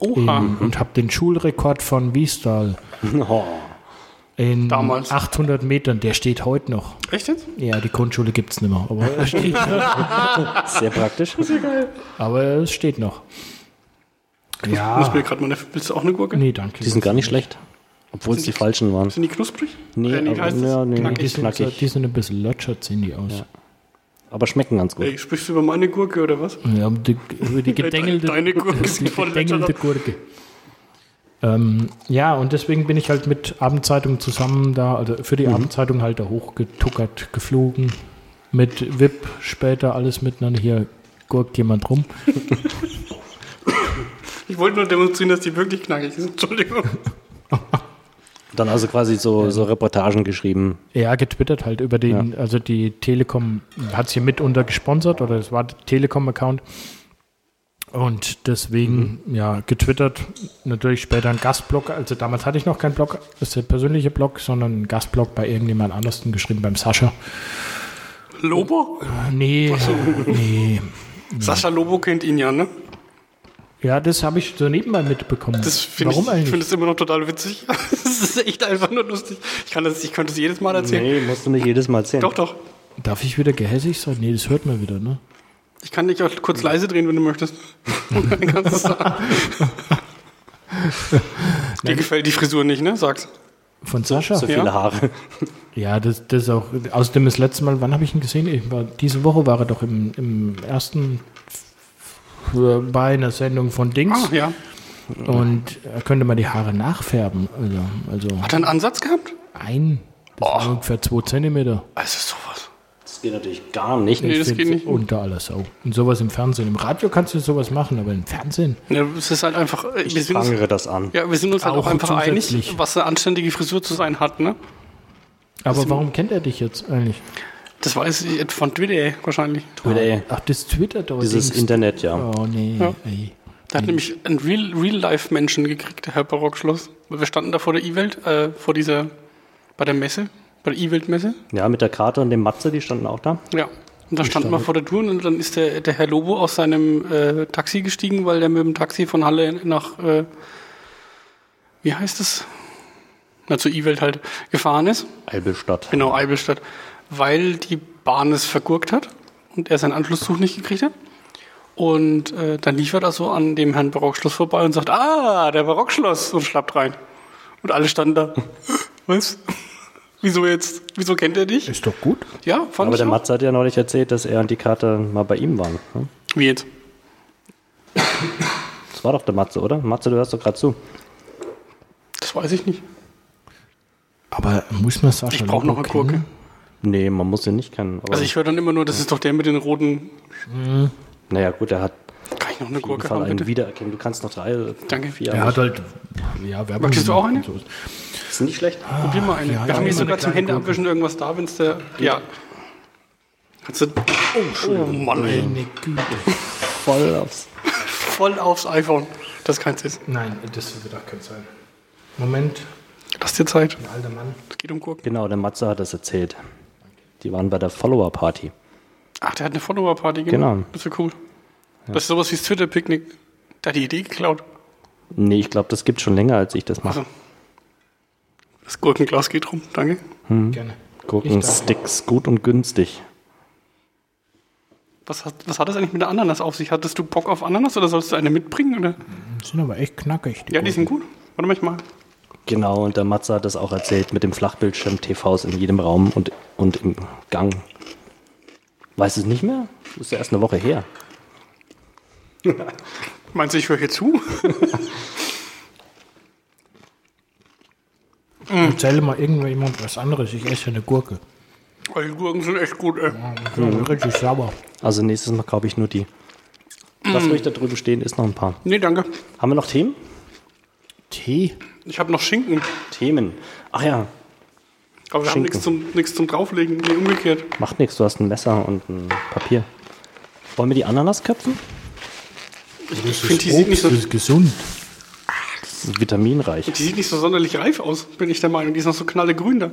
in, Oha. Mhm. und habe den Schulrekord von Wiestal Oh, in Damals. 800 Metern, der steht heute noch. Echt jetzt? Ja, die Grundschule gibt es nicht mehr, aber er steht sehr praktisch. Aber es steht noch. Muss Ja, mir gerade mal eine. Willst du auch eine Gurke? nee, danke. Die sind gar nicht schlecht. Obwohl es die falschen waren. Sind die knusprig? Nee, Äh, wie aber, heißt das? ja, nee, die, Knackig. sind, knackig. die sind ein bisschen lötschert, sehen die aus. aber schmecken ganz gut. Ey, sprichst du über meine Gurke oder was? Ja, aber die, über die gedengelte, Deine Gurken sind die voll gedengelte lätschert. Gurke. Ähm, ja, und deswegen bin ich halt mit Abendzeitung zusammen da, also für die Abendzeitung halt da hochgetuckert, geflogen. Mit VIP später alles miteinander. Hier gurkt jemand rum. Ich wollte nur demonstrieren, dass die wirklich knackig sind. Entschuldigung. Dann also quasi so, so Reportagen geschrieben. Ja, getwittert halt über den, also die Telekom hat es hier mitunter gesponsert oder es war der Telekom-Account. Und deswegen, ja, getwittert, natürlich später ein Gastblog. Also damals hatte ich noch keinen Blog, das ist der persönliche Blog, sondern einen Gastblog bei irgendjemand anders geschrieben, beim Sascha. Lobo? Nee, nee. Sascha Lobo kennt ihn ja, ne? Ja, das habe ich so nebenbei mitbekommen. Das finde Warum ich, ich eigentlich? finde es immer noch total witzig. Das ist echt einfach nur lustig. Ich, kann das, ich könnte es jedes Mal erzählen. Nee, musst du nicht jedes Mal erzählen. Doch, doch. Darf ich wieder gehässig sein? Nee, das hört man wieder, ne? Ich kann dich auch kurz leise drehen, wenn du möchtest. Dann kannst du sagen. Dir gefällt die Frisur nicht, ne? Sag's. Von Sascha? So viele Ja. Haare. Ja, das, das auch. Außerdem das letzte Mal, wann habe ich ihn gesehen? Ich war, diese Woche war er doch im, im ersten f- bei einer Sendung von Ah, Dings ja. und er könnte mal die Haare nachfärben. Also, also Hat er einen Ansatz gehabt? ein, das Boah. sind ungefähr zwei Zentimeter. Also sowas. Das geht natürlich gar nicht. Nee, das Ich geht find's nicht. Unter aller Sau. Und sowas im Fernsehen. Im Radio kannst du sowas machen, aber im Fernsehen. Ja, es ist halt einfach. Wir Ich sind, uns, prangere das an. ja, wir sind uns halt auch, Auch einfach einig, zusätzlich. was eine anständige Frisur zu sein hat, ne? Aber warum kennt er dich jetzt eigentlich? Das weiß ich von Twitter wahrscheinlich. Twitter, Ach, das Twitter da. dieses Dings. Internet, ja. Oh nee. Ja. Ey. Da hat nämlich ein Real- Real-Life-Menschen gekriegt, der Herr Barockschloss. Wir standen da vor der E-Welt, äh, vor dieser, bei der Messe, bei der E-Welt-Messe. Ja, mit der Karte und dem Matze, die standen auch da. Ja. Und da standen wir vor der Tür und dann ist der, der Herr Lobo aus seinem äh, Taxi gestiegen, weil der mit dem Taxi von Halle nach, äh, wie heißt es? Na, zur E-Welt halt gefahren ist. Albelstadt. Genau, Eibelstadt. Weil die Bahn es vergurkt hat und er seinen Anschlusszug nicht gekriegt hat. Und äh, dann lief er da so an dem Herrn Barockschloss vorbei und sagt, ah, der Barockschloss und schlappt rein. Und alle standen da. Was? Wieso jetzt? Wieso kennt er dich? Ist doch gut. Ja, fand Aber ich der auch. Matze hat ja neulich erzählt, dass er und die Karte mal bei ihm waren. ne? Wie jetzt? Das war doch der Matze, oder? Matze, du hörst doch gerade zu. Das weiß ich nicht. Aber muss man Sascha Ich brauche noch Lobo eine Gurke. kennen? Nee, man muss den nicht kennen. Aber Also ich höre dann immer nur, das ist doch der mit den roten. naja, gut, er hat Kann ich noch eine auf jeden Gurke Fall haben, einen bitte? wiedererkennen. Du kannst noch drei, Danke. vier. Er aber hat halt. Ja, Werbung Möchtest du auch gemacht und so. ist nicht schlecht. Probier mal eine. ja, Wir ja, haben hier immer sogar eine zum kleine Hände Gurke. abwischen irgendwas da, wenn es der. Ja. Kannst du. Oh, oh Mann, ey. Meine Güte. Voll aufs. Voll aufs iPhone. Das ist kein Sinn. Nein, das wird auch kein sein. Moment, Lass dir Zeit. ein alter Mann. Es geht um Gurken. Genau, der Matze hat das erzählt. Die waren bei der Follower-Party. Ach, der hat eine Follower-Party gemacht. Genau. Das ist ja cool. Das ist sowas wie das Twitter-Picknick. Da hat die Idee geklaut. Nee, ich glaube, das gibt schon länger, als ich das mache. Also. Das Gurkenglas geht rum. Danke. Gerne. Gurkensticks, gut und günstig. Was hat, was hat das eigentlich mit der Ananas auf sich? Hattest du Bock auf Ananas oder sollst du eine mitbringen? Oder? Die sind aber echt knackig. Ja, die sind gut. Warte mal, ich mal. Genau, und der Matze hat das auch erzählt mit dem Flachbildschirm TVs in jedem Raum und, und im Gang. Weißt du es nicht mehr? Das ist ja erst eine Woche her. Meinst du, ich höre hier zu? Erzähle mal irgendjemand was anderes. Ich esse eine Gurke. Weil die Gurken sind echt gut, ey. Ich bin richtig sauer. Also nächstes Mal kaufe ich nur die. Lass ruhig da drüben stehen, ist noch ein paar. Nee, danke. Haben wir noch Themen? Tee? Ich habe noch Schinken. Themen. Ach ja, Aber wir haben Schinken. nichts zum, nichts zum drauflegen. Nee, umgekehrt. macht nichts, du hast ein Messer und ein Papier. Wollen wir die Ananas köpfen? Das find, die sieht nicht so- das ist gesund. Das ist vitaminreich. Die sieht nicht so sonderlich reif aus, bin ich der Meinung. Die ist noch so knallegrün da.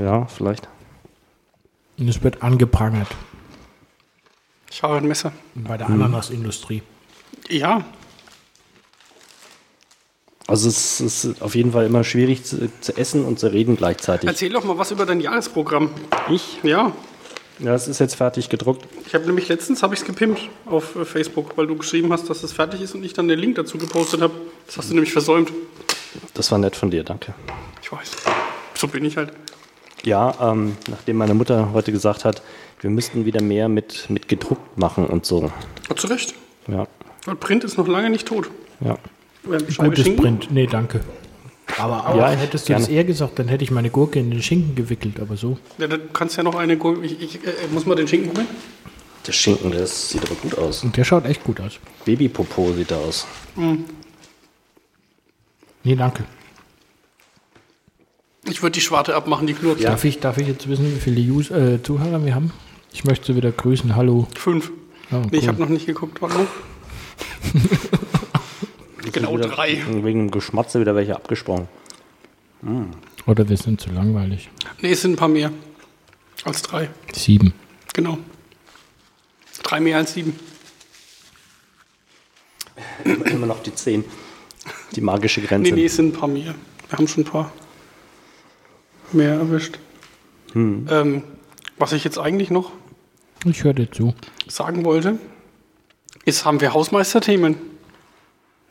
Ja, vielleicht. Und es wird angeprangert Ich habe ein Messer. bei der Ananasindustrie. Ja, Also es ist auf jeden Fall immer schwierig zu, zu essen und zu reden gleichzeitig. erzähl doch mal was über dein Jahresprogramm. Ich? Ja, Ja, es ist jetzt fertig gedruckt. ich habe nämlich letztens habe ich es gepimpt auf äh, Facebook, weil du geschrieben hast, dass es fertig ist und ich dann den Link dazu gepostet habe. Das hast du nämlich versäumt. Das war nett von dir, danke. Ich weiß. So bin ich halt. Ja, ähm, nachdem meine Mutter heute gesagt hat, wir müssten wieder mehr mit, mit gedruckt machen und so. Hat zu Recht. Ja, Weil Print ist noch lange nicht tot. ja. Wir haben Scheibe Gutes Schinken. Print. Nee, danke. Aber auch, Ja, hättest du das eher gesagt, dann hätte ich meine Gurke in den Schinken gewickelt, aber so. Ja, du kannst ja noch eine. Gurke- Ich, ich äh, muss mal den Schinken gucken. Der Schinken, das sieht aber gut aus. Und der schaut echt gut aus. Babypopo sieht er aus. Nee, danke. Ich würde die Schwarte abmachen, die Knurps. Ja. Darf, ich, darf ich jetzt wissen, wie viele Us äh, Zuhörer wir haben? Ich möchte sie wieder grüßen. Hallo. Fünf. Oh, Nee, ich cool. habe noch nicht geguckt. Warte mal. genau Wieder drei. Wegen dem Geschmatze wieder welche abgesprungen. Oder wir sind zu langweilig. Nee, es sind ein paar mehr. Als drei. Sieben. Genau. Drei mehr als sieben. Immer noch die zehn. Die magische Nee, Grenze. nee, es sind ein paar mehr. Wir haben schon ein paar mehr erwischt. Ähm, was ich jetzt eigentlich noch Ich höre dir zu. sagen wollte, ist, haben wir Hausmeisterthemen.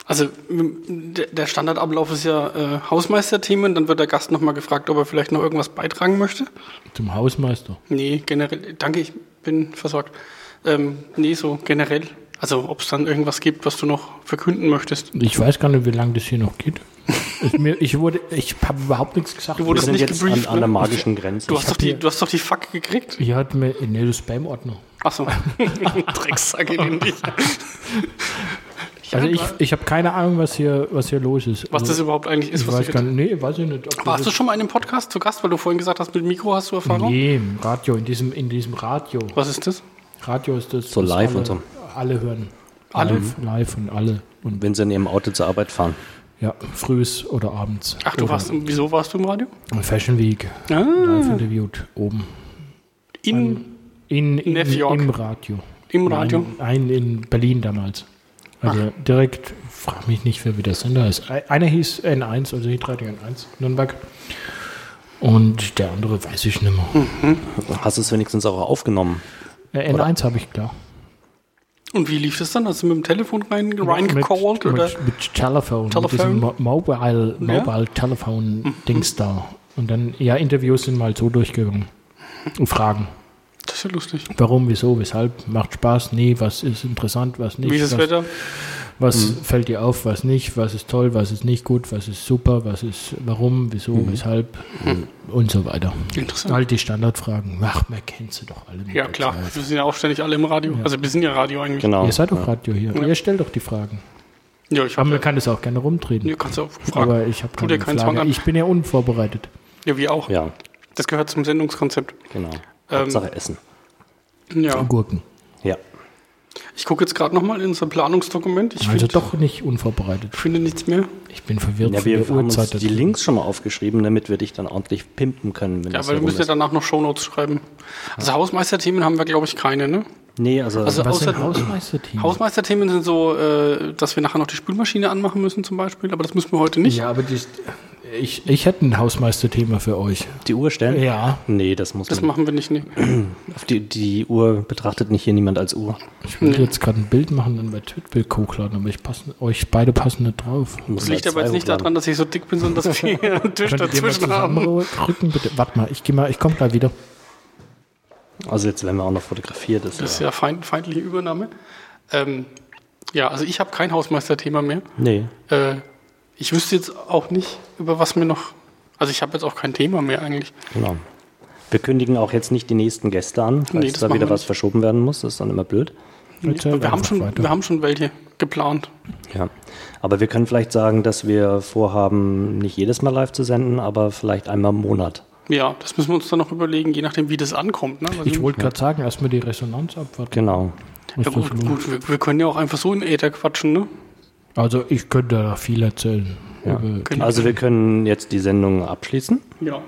Also m- der der Standardablauf ist ja äh, Hausmeisterthemen, dann wird der Gast nochmal gefragt, ob er vielleicht noch irgendwas beitragen möchte. Zum Hausmeister. Nee, generell, danke, ich bin versorgt. Ähm, nee, so generell. Also ob es dann irgendwas gibt, was du noch verkünden möchtest. Ich weiß gar nicht, wie lange das hier noch geht. Ich, mir, ich wurde, ich habe überhaupt nichts gesagt. Du wir wurdest sind nicht jetzt gebrieft, an, an der ne? magischen Grenze. Du hast, doch die, hier- du hast doch die Fackel gekriegt. Hier hat mir, nee, das Spam-Ordner. Achso. Drecksack in dich. Also ich, ich habe keine Ahnung, was hier, was hier los ist. Was also, das überhaupt eigentlich ist, ich was weiß ich gar jetzt- nicht. Nee, weiß ich nicht. Ob Warst du das schon mal in einem Podcast zu Gast, weil du vorhin gesagt hast, mit Mikro hast du Erfahrung? Nee, im Radio, in diesem, in diesem Radio. Was ist das? Radio ist das. So was live alle, und so. Alle hören. Alle? Live, live und alle. Und Wenn sie in ihrem Auto zur Arbeit fahren. ja, frühs oder abends. Ach, du oder warst, im- wieso warst du im Radio? Fashion Week. Ah, Live interviewt oben. in, In, in, Neff York. Im Radio. im Radio. Ein, ein in Berlin damals. Also direkt, frag mich nicht, wer wie der Sender ist. Ei- Einer hieß N1, also Hitradio N1 Nürnberg. Und der andere weiß ich nicht mehr. Hm. Hast du es wenigstens auch aufgenommen? Äh, N1 habe ich, klar. Und wie lief das dann? Hast du mit dem Telefon rein, mit, reingecallt? Oder? mit, mit Telefon, Telefon? mit diesem Mo Mobile, Ja. Mobile Telefon Dings da. Und dann, ja, Interviews sind mal so durchgegangen. Und Fragen. Das ist ja lustig. Warum, wieso, weshalb, macht Spaß, nee, was ist interessant, was nicht. Wie ist das was, Wetter? Was fällt dir auf, was nicht, was ist toll, was ist nicht gut, was ist super, was ist warum, wieso, weshalb und so weiter. Interessant. All die Standardfragen. Ach, man kennt sie doch alle. mit Ja, der klar. Zeit. Wir sind ja auch ständig alle im Radio. Also wir sind ja Radio eigentlich. Genau. Ihr seid doch ja. Radio hier. Ihr stellt doch die Fragen. Ja, ich Aber habe man kann das auch gerne rumtreten. ja, kannst du auch fragen. Aber ich habe Tu dir keine keinen Zwang Frage. an. Ich bin ja unvorbereitet. Ja, wie auch. Ja, Das gehört zum Sendungskonzept. genau. Ähm, Hauptsache Essen. Ja. Gurken. Ja. Ich gucke jetzt gerade nochmal in unser Planungsdokument. Ich Also find, doch nicht unvorbereitet. finde nichts mehr. Ich bin verwirrt Ja, wir von der haben uns Uhrzeit. die Links schon mal aufgeschrieben, ne, damit wir dich dann ordentlich pimpen können. Wenn Ja, das weil wir herum müssen ja ist. danach noch Shownotes schreiben. Also Hausmeisterthemen haben wir, glaube ich, keine, ne? Mhm. Nee, also, Also Was sind außer Hausmeisterteam? Hausmeisterthemen sind so, äh, dass wir nachher noch die Spülmaschine anmachen müssen zum Beispiel, aber das müssen wir heute nicht. ja, aber die, ich, ich hätte ein Hausmeisterthema für euch. die Uhr stellen? Ja. Nee, das muss Das man. machen wir nicht. ne? Nee. Auf die, die Uhr betrachtet nicht hier niemand als Uhr. Ich Hm. will jetzt gerade ein Bild machen und bei Twitter hochladen, aber ich passe, euch beide passen nicht drauf. Muss Das liegt als aber jetzt zwei nicht hochladen. daran, dass ich so dick bin, sondern dass wir hier einen Tisch Könnt ihr mal dazwischen haben. zusammenrücken, bitte? Warte mal, ich gehe mal, ich komme gleich wieder. Also jetzt werden wir auch noch fotografiert. Das Das ist ja. ja feind, feindliche Übernahme. Ähm, ja, also ich habe kein Hausmeisterthema mehr. Nee. Äh, ich wüsste jetzt auch nicht, über was mir noch. Also ich habe jetzt auch kein Thema mehr eigentlich. Genau. Wir kündigen auch jetzt nicht die nächsten Gäste an, Nee, falls das da machen wieder wir was nicht. verschoben werden muss. Das ist dann immer blöd. Erzählt Wir haben, einfach schon, weiter. wir haben schon welche geplant. Ja. Aber wir können vielleicht sagen, dass wir vorhaben, nicht jedes Mal live zu senden, aber vielleicht einmal im Monat. Ja, das müssen wir uns dann noch überlegen, je nachdem, wie das ankommt. Ne? Also, ich wollte gerade sagen, erstmal die Resonanz abwarten. Genau. was ja, das gut, lohnt. gut wir, wir können ja auch einfach so in Äther quatschen. Ne? Also ich könnte da viel erzählen. Ja. Über Können- Also wir können jetzt die Sendung abschließen Ja,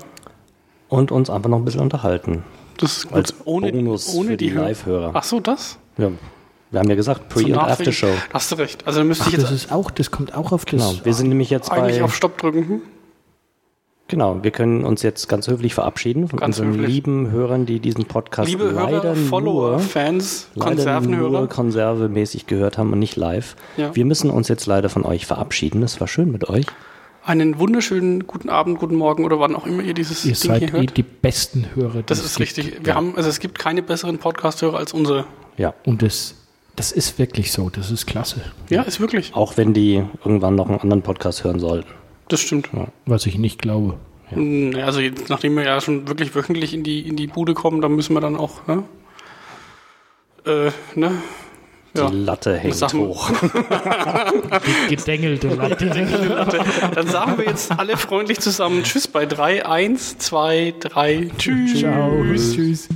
und uns einfach noch ein bisschen unterhalten. das ist gut. Als Bonus für die Hör- Live-Hörer. Ach so, das? Ja. Wir haben ja gesagt, Pre- Zum und Nachdenken. Aftershow. Da Hast du recht. Also dann müsste Ach, ich das jetzt ist auch, das kommt auch auf das. Genau. Wir sind nämlich jetzt eigentlich bei. auf Stopp drücken. Hm? Genau. Wir können uns jetzt ganz höflich verabschieden von Ganz unseren höflich. lieben Hörern, die diesen Podcast Liebe leider Hörer, Follower, nur Fans, leider nur Konservenhörer. konservemäßig gehört haben und nicht live. Ja. Wir müssen uns jetzt leider von euch verabschieden. Es war schön mit euch. Einen wunderschönen guten Abend, guten Morgen oder wann auch immer ihr dieses Ihr Ding hier seid eh hört. die besten Hörer. die Das es ist gibt. richtig. Wir haben, also es gibt keine besseren Podcast-Hörer als unsere. Ja. Und das, das ist wirklich so. Das ist klasse. Ja, ist wirklich. Auch wenn die irgendwann noch einen anderen Podcast hören sollten. Das stimmt. Was ich nicht glaube. Mm, Also jetzt, nachdem wir ja schon wirklich wöchentlich in die, in die Bude kommen, dann müssen wir dann auch, ne? Äh, ne? Ja. Die Latte hängt Sag mal. hoch. Gedengelte Latte. Dann sagen wir jetzt alle freundlich zusammen Tschüss bei drei, eins, zwei, drei. Tschüss. Ciao. Tschüss.